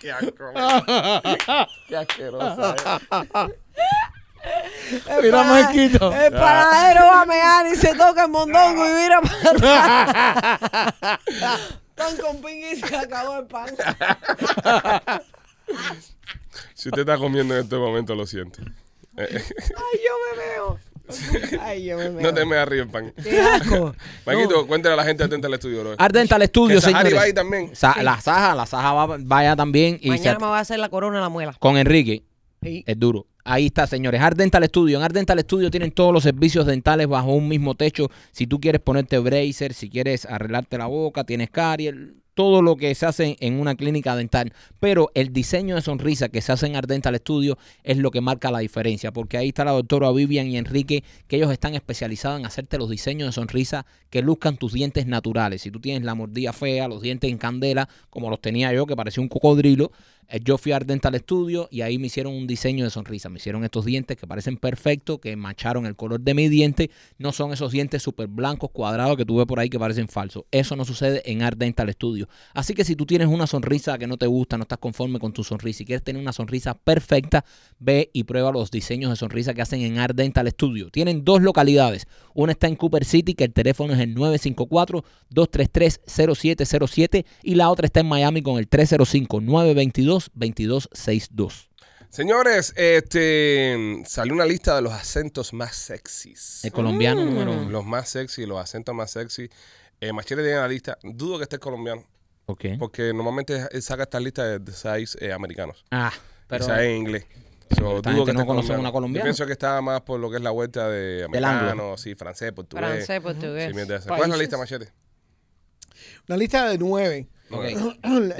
qué asco man. qué asquerosa eh. El Mira, pana- Marquito. El panadero va a mear y se toca el mondongo y mira para atrás. Pan con pinga y se acabó el pan. si usted está comiendo en este momento lo siento Eh, Ay, yo me veo. Ay, yo me veo. no te me arriba el pan Qué asco. Maquito cuéntale a la gente atenta al estudio bro. Art Dental Studio, Que Sahari señores. va ahí también. Sa- La Saja, la Saja va, vaya también. Y Mañana se- me va a hacer la corona en la muela. con Enrique. Sí. Es duro. Ahí está, señores. Ardental Studio. En Ardental Studio tienen todos los servicios dentales bajo un mismo techo. Si tú quieres ponerte bracer, si quieres arreglarte la boca, tienes caries, todo lo que se hace en una clínica dental. Pero el diseño de sonrisa que se hace en Ardental Studio es lo que marca la diferencia. Porque ahí está la doctora Vivian y Enrique, que ellos están especializados en hacerte los diseños de sonrisa que luzcan tus dientes naturales. Si tú tienes la mordida fea, los dientes en candela, como los tenía yo, que parecía un cocodrilo, eh, Yo fui a Art Dental Studio y ahí me hicieron un diseño de sonrisa. Me hicieron estos dientes que parecen perfectos, que macharon el color de mi diente. No son esos dientes súper blancos, cuadrados que tuve por ahí que parecen falsos. Eso no sucede en Art Dental Studio. Así que si tú tienes una sonrisa que no te gusta, no estás conforme con tu sonrisa y quieres tener una sonrisa perfecta, ve y prueba los diseños de sonrisa que hacen en Art Dental Studio. Tienen dos localidades. Una está en Cooper City, que el teléfono es el 954-233-0707 y la otra está en Miami con el 305-922-2262. señores este salió una lista de los acentos más sexys El colombiano número uno. los más sexy los acentos más sexy eh, Machete tiene la lista dudo que esté el colombiano ¿Por qué? Porque normalmente él saca estas listas de, de seis eh, americanos. Ah, pero Esa es en inglés. So, esta dudo gente que esté no conoce colombiano. una colombiana. Yo pienso que está más por lo que es la vuelta de anglo. americanos, sí, francés, portugués. Francés, pues, sí, portugués. mierda esa. ¿Cuál es la Países. lista, Machete? Una lista de nueve. ok. De-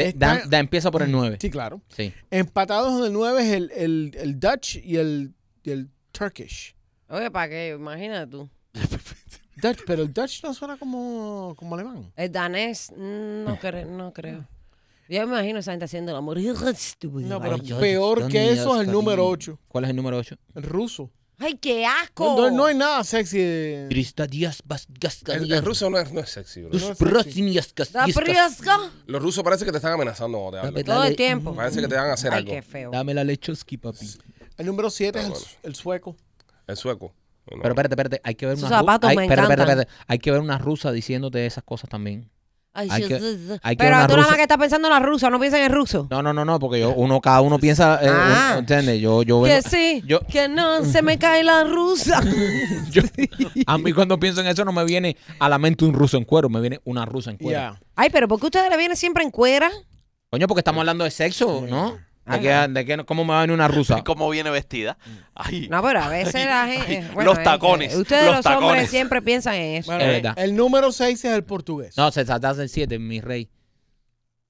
Está- Mm. da- da- empieza por el 9. Sí, claro. Sí. Empatados en el nueve es el, el, el Dutch y el, y el Turkish. Oye, ¿para qué? Imagínate tú. Dutch, pero el Dutch no suena como, como alemán. El danés, mm, no, cre- no creo. Yo me imagino esa gente haciendo el amor. No, No, pero Ay, yo- peor Dios que mío, eso es el Scotty. número ocho. ¿Cuál es el número 8? el ruso. ¡Ay, qué asco! No, no- no hay nada sexy. de- Trista Díaz El, el ruso no es, no es sexy, bro. No Tus es sexy. Da priasco Los rusos parece que te están amenazando cuando te hablan. Dame- Todo el Dale. Mm. tiempo. Parece que te van a hacer Ay, algo. qué feo. Dame la lechoski, papi. El número siete es el, Ah, bueno. el sueco. El sueco. No. Pero espérate, espérate. Hay que ver Esos una ru- zapatos hay- me espérate, espérate, encantan. espérate. Hay que ver una rusa diciéndote esas cosas también. Ay, Hay sí, que- sí, sí. hay que Pero una tú nada más rusa- que estás pensando en la rusa, no piensas en el ruso. No, no, no, no, porque yo, uno, cada uno piensa, eh, Ah. uno- ¿entiendes? Yo, yo, Que vengo- sí, yo- que no, se me cae la rusa. a mí cuando pienso en eso no me viene a la mente un ruso en cuero, me viene una rusa en Ya. cuero. Ay, pero ¿por qué ustedes le vienen siempre en cuera? Coño, porque estamos hablando de sexo, ¿no? Ah. ¿De qué, de qué- ¿Cómo me va a venir una rusa? ¿Cómo viene vestida? Mm. Ay, No, pero a veces la gente... bueno, Los tacones, Ustedes los los, hombres tacones. siempre piensan en eso. Bueno, eh, Es verdad. El número seis es el portugués. No, se trata del 7, mi rey.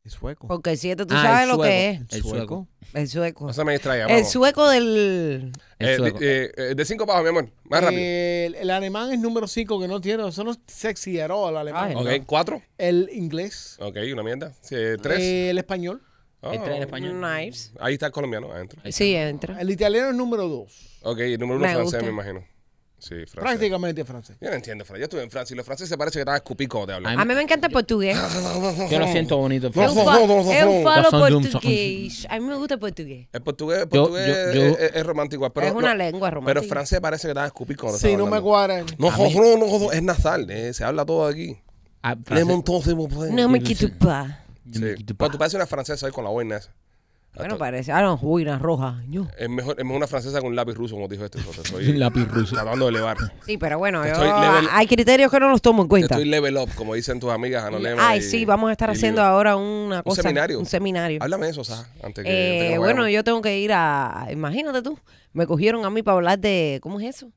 El sueco. Eh, Porque el 7 tú Ah, el sabes lo sueco. que es. El sueco. El sueco. No se me distraiga. El vamos. sueco del... El Eh, sueco. Eh, de- eh, eh, de cinco pavos, mi amor. Más rápido. El, el alemán es número cinco que no tiene. Eso no es sexy at all, el alemán. Ay, Ah, Ok, cuatro. El inglés. Ok, una mierda. Sí, eh, tres. El español. Oh, El tres en español. Knives. Ahí está el colombiano adentro. Ahí está. Sí, entra. El italiano es número dos. Ok, el número uno Me francés, gusta. me imagino. Sí, francés. Prácticamente francés. Yo no entiendo, Fran. Yo estuve en Francia y los franceses parece que estaban escupí cuando te hablan. A mí me encanta el portugués. Yo lo siento bonito. Es Francis. un fa- es un falo Son de un- son- portugués. A mí me gusta el portugués. El portugués, el portugués yo- yo- es- es, es romántico. Pero, es una no, lengua Pero romántica. el francés parece que estaban escupí cuando te Sí, no me cuadra. No, A mí- no, no, no, es nasal, eh, se habla todo aquí. Ah, Le Francis. montó, se montó. No me quito pa. Sí. Pero tú pareces una francesa ahí con la boina esa. Bueno, Hasta- parece. Ah, no, uinas roja. ño. es mejor, es mejor una francesa con un lápiz ruso, como dijo este. entonces, soy- Un lápiz ruso. Tratando de elevar. Sí, pero bueno, yo- Estoy level- Ah, hay criterios que no los tomo en cuenta. Estoy level up, como dicen tus amigas. No leemos Ay, y- sí, vamos a estar y haciendo libros. ahora una cosa. seminario. Un seminario. Háblame de eso, Saja, antes que, Eh, antes que nos bueno, vayamos. yo tengo que ir a. Imagínate tú. Me cogieron a mí para hablar de. ¿Cómo es eso?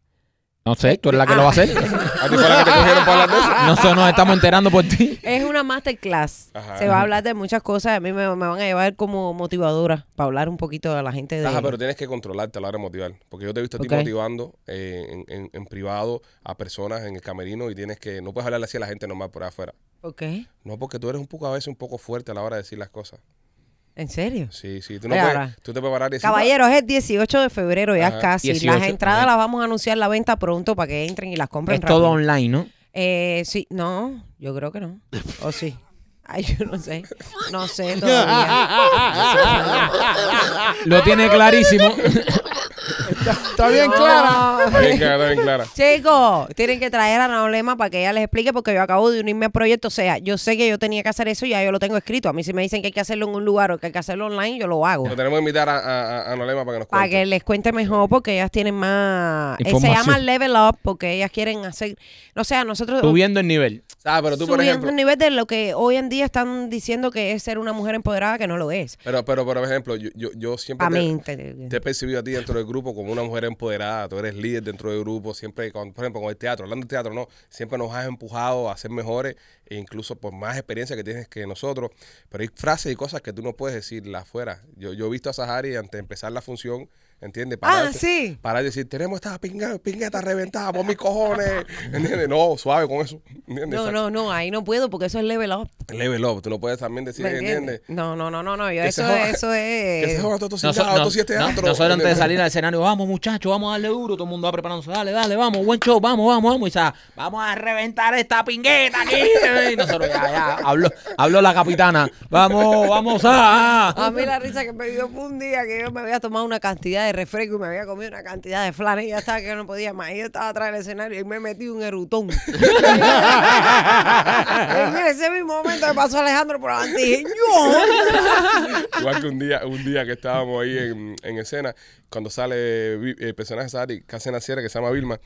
No sé, tú eres la que lo va a hacer. Ah. ¿A ti fue la que te cogieron para hablar de eso? Nosotros nos estamos enterando por ti. Es una masterclass. Ajá. Se va a hablar de muchas cosas. A mí me, me van a llevar como motivadora para hablar un poquito de la gente de. Saja, pero tienes que controlarte a la hora de motivar. Porque yo te he visto a ti Ok. motivando eh, en, en- en privado a personas en el camerino y tienes que. No puedes hablarle así a la gente normal por ahí afuera. ¿Por qué? No, porque tú eres un poco a veces un poco fuerte a la hora de decir las cosas. ¿En serio? Sí, sí. Tú no Oye, puedes, ahora. tú te puedes parar y decir. Caballeros, es 18 de febrero ya Ajá, casi. 18, las entradas ajá. las vamos a anunciar la venta pronto para que entren y las compren Es todo rápido. online, ¿no? Eh, sí, no, yo creo que no. ¿O sí? Ay, yo no sé. No sé ah, todavía. Lo tiene clarísimo. Está ah, bien clara. Está bien clara, está bien clara. Chicos, tienen que traer a Naolema para que ella les explique porque yo acabo de unirme al proyecto. O sea, yo sé que yo tenía que hacer eso y ya yo lo tengo escrito. A mí si me dicen que hay que hacerlo en un lugar o que hay que hacerlo online, yo lo hago. Lo tenemos que invitar a, a, a- a Nolema para que nos Para cuente. que les cuente mejor porque ellas tienen más... eh, se Información. llama Level Up porque ellas quieren hacer... O sea, nosotros... Subiendo el nivel. Ah, pero tú, por subiendo ejemplo. el nivel de lo que hoy en día están diciendo que es ser una mujer empoderada que no lo es. Pero, pero, por ejemplo, yo, yo, yo siempre A te, mí. te- te he percibido a ti dentro del grupo como una mujer empoderada. Tú eres líder dentro del grupo. Siempre, con- por ejemplo, con el teatro, hablando de teatro, no. Siempre nos has empujado a ser mejores, e incluso por más experiencia que tienes que nosotros. Pero hay frases y cosas que tú no puedes decirlas afuera. Yo, yo he visto a Sahari antes de empezar la función, ¿entiendes? Ah, Pararse- sí. Para decir, tenemos esta pinga, pingueta reventada por mis cojones. ¿Entiendes? No, suave con eso. ¿Entiendes? No, no, no, ahí no puedo porque eso es level up. Level up. Tú no puedes también decir, ¿Me entiendes? ¿entiendes? No, no, no, no, no. Yo Que se eso, joda- eso es. Que se joda todo tu Noso- cintado, no- todo si es no, teatro. nosotros antes de salir al escenario, vamos muchachos, vamos a darle duro, todo el mundo va preparándose, dale, dale, vamos, buen show, vamos, vamos, vamos, y sa- vamos a reventar esta pingueta aquí. Y nosotros ya, ya, habló, habló la capitana, vamos, vamos ah". a... A mí la risa que me dio fue un día que yo me había tomado una cantidad de refresco y me había comido una cantidad de flanes y ya estaba que yo no podía más. Y yo estaba atrás del escenario y me metí un erutón. en ese mismo momento me pasó Alejandro por adelante y dije, ¡Yo! Igual que un día, un día que estábamos ahí en, en escena, cuando sale Vi- el personaje Sari, que hace una sierra que se llama Vilma,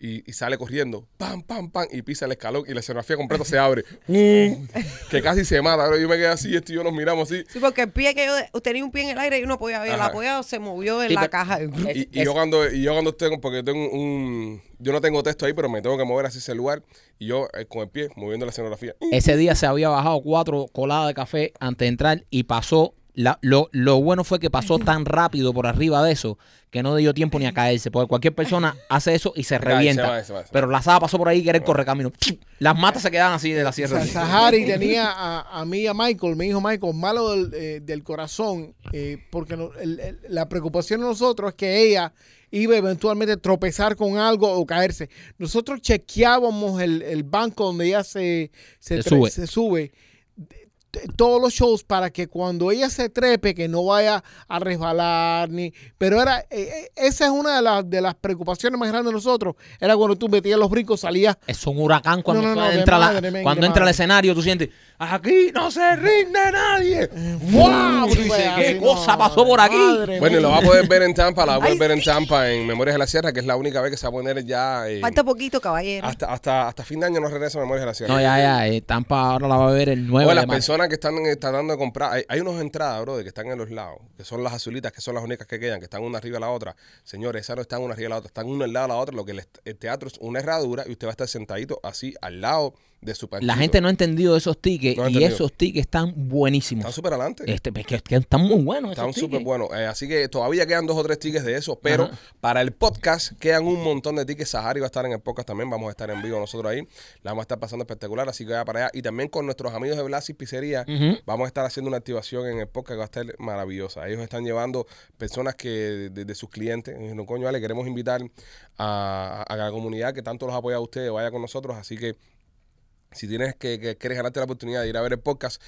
y, y sale corriendo, pam, pam, pam, y pisa el escalón y la escenografía completa se abre. ¡Um! que casi se mata. Ahora yo me quedé así, esto y yo nos miramos así. Sí, porque el pie que yo tenía un pie en el aire y uno podía ver el Ajá. apoyado, se movió en Sí, la pero- caja. Y, y yo cuando y yo cuando tengo porque tengo un yo no tengo texto ahí pero me tengo que mover hacia ese lugar y yo eh, con el pie moviendo la escenografía Ese día se había bajado cuatro coladas de café antes de entrar y pasó la- lo, lo bueno fue que pasó tan rápido por arriba de eso que no dio tiempo ni a caerse. Porque cualquier persona hace eso y se se va, revienta. se va, se va. Pero la Saba pasó por ahí que era el correcamino. Las matas se quedan así de la O sierra. sea, Sahari tenía a, a mí y a Michael, mi hijo Michael, malo del, eh, del corazón, eh, porque no- el- el- la preocupación de nosotros es que ella iba eventualmente a tropezar con algo o caerse. Nosotros chequeábamos el, el banco donde ella se, Se tre- sube. se sube t- todos los shows para que cuando ella se trepe que no vaya a resbalar ni pero era eh, eh, esa es una de las de las preocupaciones más grandes de nosotros era cuando tú metías los brincos salías Es un huracán cuando No, no, tú no, de entra, la- madre, men, cuando de entra al madre. escenario, tú sientes, aquí no se rinde nadie. ¡Wow! Eh, Sí, Tú dices, pues, ¿qué así cosa no, pasó por aquí? madre Bueno, y mía. lo va a poder ver en Tampa, la va a poder ver en Tampa en Memorias de la Sierra, que es la única vez que se va a poner ya. eh, Falta poquito, caballero. hasta, hasta, hasta fin de año no regresa Memorias de la Sierra. No, ya, pues. ya. eh, Tampa ahora la va a ver el 9 o de las marzo. personas que están eh, tratando de comprar, hay, hay unas entradas, bro, que están en los lados, que son las azulitas, que son las únicas que quedan, que están una arriba de la otra. Señores, esas no están una arriba de la otra, están una al lado de la otra. Lo que les- el teatro es una herradura y usted va a estar sentadito así al lado de su panchito. La gente no ha entendido esos tickets No ha y entendido. esos tickets están Están buenísimos. súper adelante. Este, es que, es que están muy buenos. esos Están súper tickets. buenos. Eh, así que todavía quedan dos o tres tickets de esos, pero Ajá. para el podcast quedan un montón de tickets. Sahari va a estar en el podcast también. Vamos a estar en vivo nosotros ahí. La vamos a estar pasando espectacular, así que vaya para allá. Y también con nuestros amigos de Blasis Pizzería Ujú. vamos a estar haciendo una activación en el podcast que va a estar maravillosa. Ellos están llevando personas que de, de sus clientes. Y dijeron, coño, le queremos invitar a, a la comunidad que tanto los apoya a ustedes. Vaya con nosotros, así que si tienes que, que- quieres ganarte la oportunidad de ir a ver el podcast,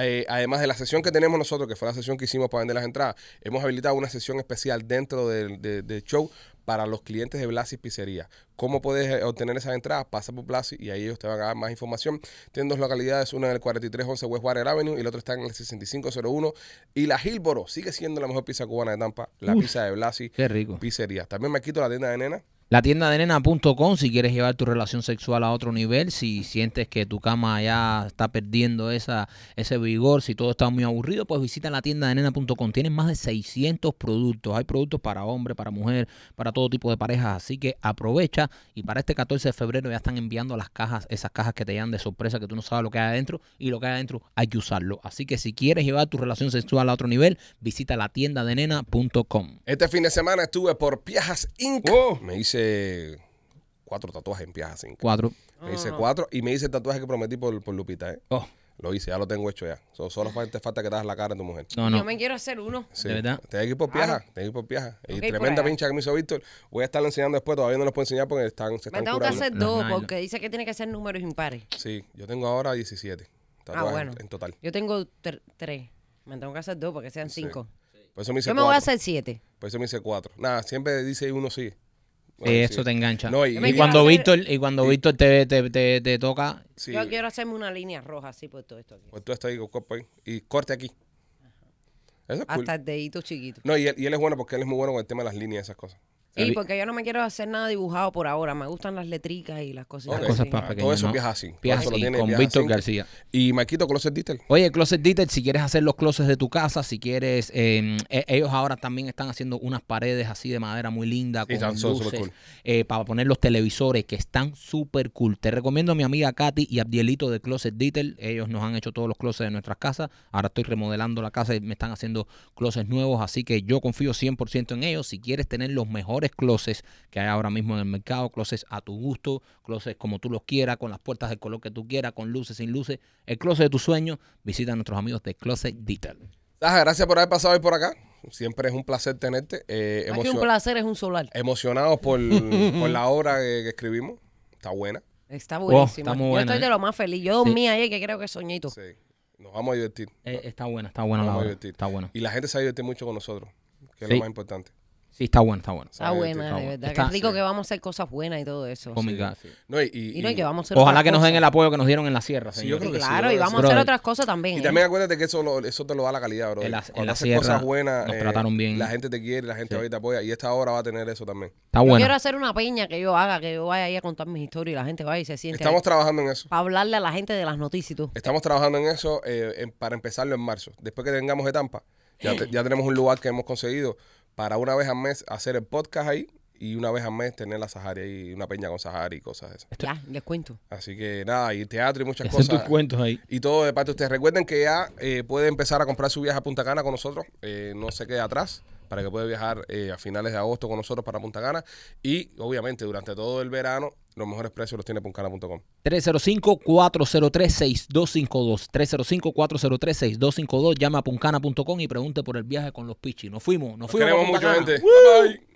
eh, además de la sesión que tenemos nosotros, que fue la sesión que hicimos para vender las entradas, hemos habilitado una sesión especial dentro del de- del show para los clientes de Blasi Pizzería. ¿Cómo puedes eh, obtener esas entradas? Pasa por Blasi y ahí ellos te van a dar más información. Tienen dos localidades, una en el 4311 West Water Avenue y la otra está en el 6501. Y la Gilboro sigue siendo la mejor pizza cubana de Tampa, la pizza de Blasi Qué rico. Pizzería. También me quito la tienda de nena. La tienda de nena.com si quieres llevar tu relación sexual a otro nivel, si sientes que tu cama ya está perdiendo esa, ese vigor, si todo está muy aburrido, pues visita la tienda de nena.com. Tienen más de 600 productos. Hay productos para hombre, para mujer, para todo tipo de parejas. Así que aprovecha y para este 14 de febrero ya están enviando las cajas, esas cajas que te llegan de sorpresa que tú no sabes lo que hay adentro y lo que hay adentro hay que usarlo. Así que si quieres llevar tu relación sexual a otro nivel, visita la tienda de nena.com. Este fin de semana estuve por Piajas Inc. Me hice cuatro tatuajes en Piajas Inc. Cuatro. Me hice Ah. cuatro y me hice el tatuaje que prometí por, por Lupita. ¿eh? Oh, Lo hice, ya lo tengo hecho ya. So- solo fa- te falta que te hagas la cara de tu mujer. no, no. Yo me quiero hacer uno. Sí. ¿De verdad? Te hay que ir por Claro. Piajas. Te hay que ir por Piajas. Y Ah. Ok, por tremenda allá. pincha que me hizo Víctor. Voy a estarlo enseñando después. Todavía no los puedo enseñar porque están, se Me están tengo que curando. hacer Las dos nylon. porque dice que tiene que ser números impares. Sí, yo tengo ahora 17 tatuajes Ah, bueno. en total. Yo tengo ter- tres. Me tengo que hacer dos porque sean Sí. cinco. Por eso me hice Yo me cuatro. voy a hacer siete. Por eso me hice cuatro. Nada, siempre dice uno sí. Bueno, Sí, sí. eso te engancha. No, Yo Y me cuando quiero Víctor, y cuando Víctor te, te, te, te toca, sí. Yo quiero hacerme una línea roja así por todo esto aquí. Pues tú estás ahí con cuerpo ahí. Y corte aquí. Eso es cool. Hasta el dedito chiquito. No, y él, y él es bueno porque él es muy bueno con el tema de las líneas y esas cosas. Y porque yo no me quiero hacer nada dibujado por ahora. Me gustan las letricas y las cositas. Ok. así. cosas para Ah, pequeñas. todo eso ¿no? viaja así. Todo Viaja eso lo así, tiene con viaja Víctor así. García. Y Maquito Closet Dieter. Oye, Closet Detail, si quieres hacer los closets de tu casa, si quieres, eh, eh, ellos ahora también están haciendo unas paredes así de madera muy linda Sí, con están- son luces súper cool. eh, para poner los televisores que están súper cool. Te recomiendo a mi amiga Katy y Abdielito de Closet Detail. Ellos nos han hecho todos los closets de nuestras casas. Ahora estoy remodelando la casa y me están haciendo closets nuevos, así que yo confío 100% en ellos. Si quieres tener los mejores closets que hay ahora mismo en el mercado, closets a tu gusto, closets como tú los quieras, con las puertas del color que tú quieras, con luces, sin luces, el closet de tu sueño, visita a nuestros amigos de Closet Detail. Saja, gracias por haber pasado hoy por acá. Siempre es un placer tenerte. Eh, Más que emocion- un placer es un solar. Emocionados por, por la obra que, que escribimos. Está buena. Está buenísimo. Eh, oh, está muy yo buena, estoy de ¿eh? lo más feliz. Yo dormí ayer que creo que soñito. Sí. Nos vamos a divertir. Eh, está buena, está buena Nos la vamos a obra. divertir. Está buena. Y la gente se va a divertir mucho con nosotros, que es Sí. lo más importante. Sí, está buena, está buena. Se va Está a buena, divertir. de bueno. verdad. Está- Qué rico sí. que vamos a hacer cosas buenas y todo eso. Cómica. No, y, Y no, y que vamos a hacer Ojalá otras que nos den cosas. el apoyo que nos dieron en la sierra, Sí, señores. yo creo que sí, Claro, y brother. vamos a hacer Brother. otras cosas también. Y ¿eh? también acuérdate que eso, lo- eso te lo da la calidad, bro. En la- en Cuando la haces sierra cosas buenas, eh, nos trataron bien. La gente te quiere, la gente Sí. hoy te apoya. Y esta obra va a tener eso también. Está Yo buena. quiero hacer una peña que yo haga, que yo vaya ahí a contar mis historias y la gente vaya y se siente. Estamos trabajando en eso. Para hablarle a la gente de las noticias y todo. Estamos trabajando en eso eh, en- para empezarlo en marzo. Después que tengamos de Tampa, ya, te- ya tenemos un lugar que hemos conseguido para una vez al mes hacer el podcast ahí y una vez al mes tener la Sahari ahí, una peña con Sahari y cosas de esas. Ya, les cuento. Así que nada, y teatro y muchas Hacen tus cosas. cuentos ahí. Y todo de parte de ustedes. Recuerden que ya eh, puede empezar a comprar su viaje a Punta Cana con nosotros. Eh, no se quede atrás para que pueda viajar eh, a finales de agosto con nosotros para Punta Cana. Y obviamente durante todo el verano los mejores precios los tiene puntacana.com. 305-403-6252. 305-403-6252. Llama a puncana.com y pregunte por el viaje con los pichis. Nos fuimos, nos Los fuimos. queremos con mucho, Puncana. gente. Bye, bye.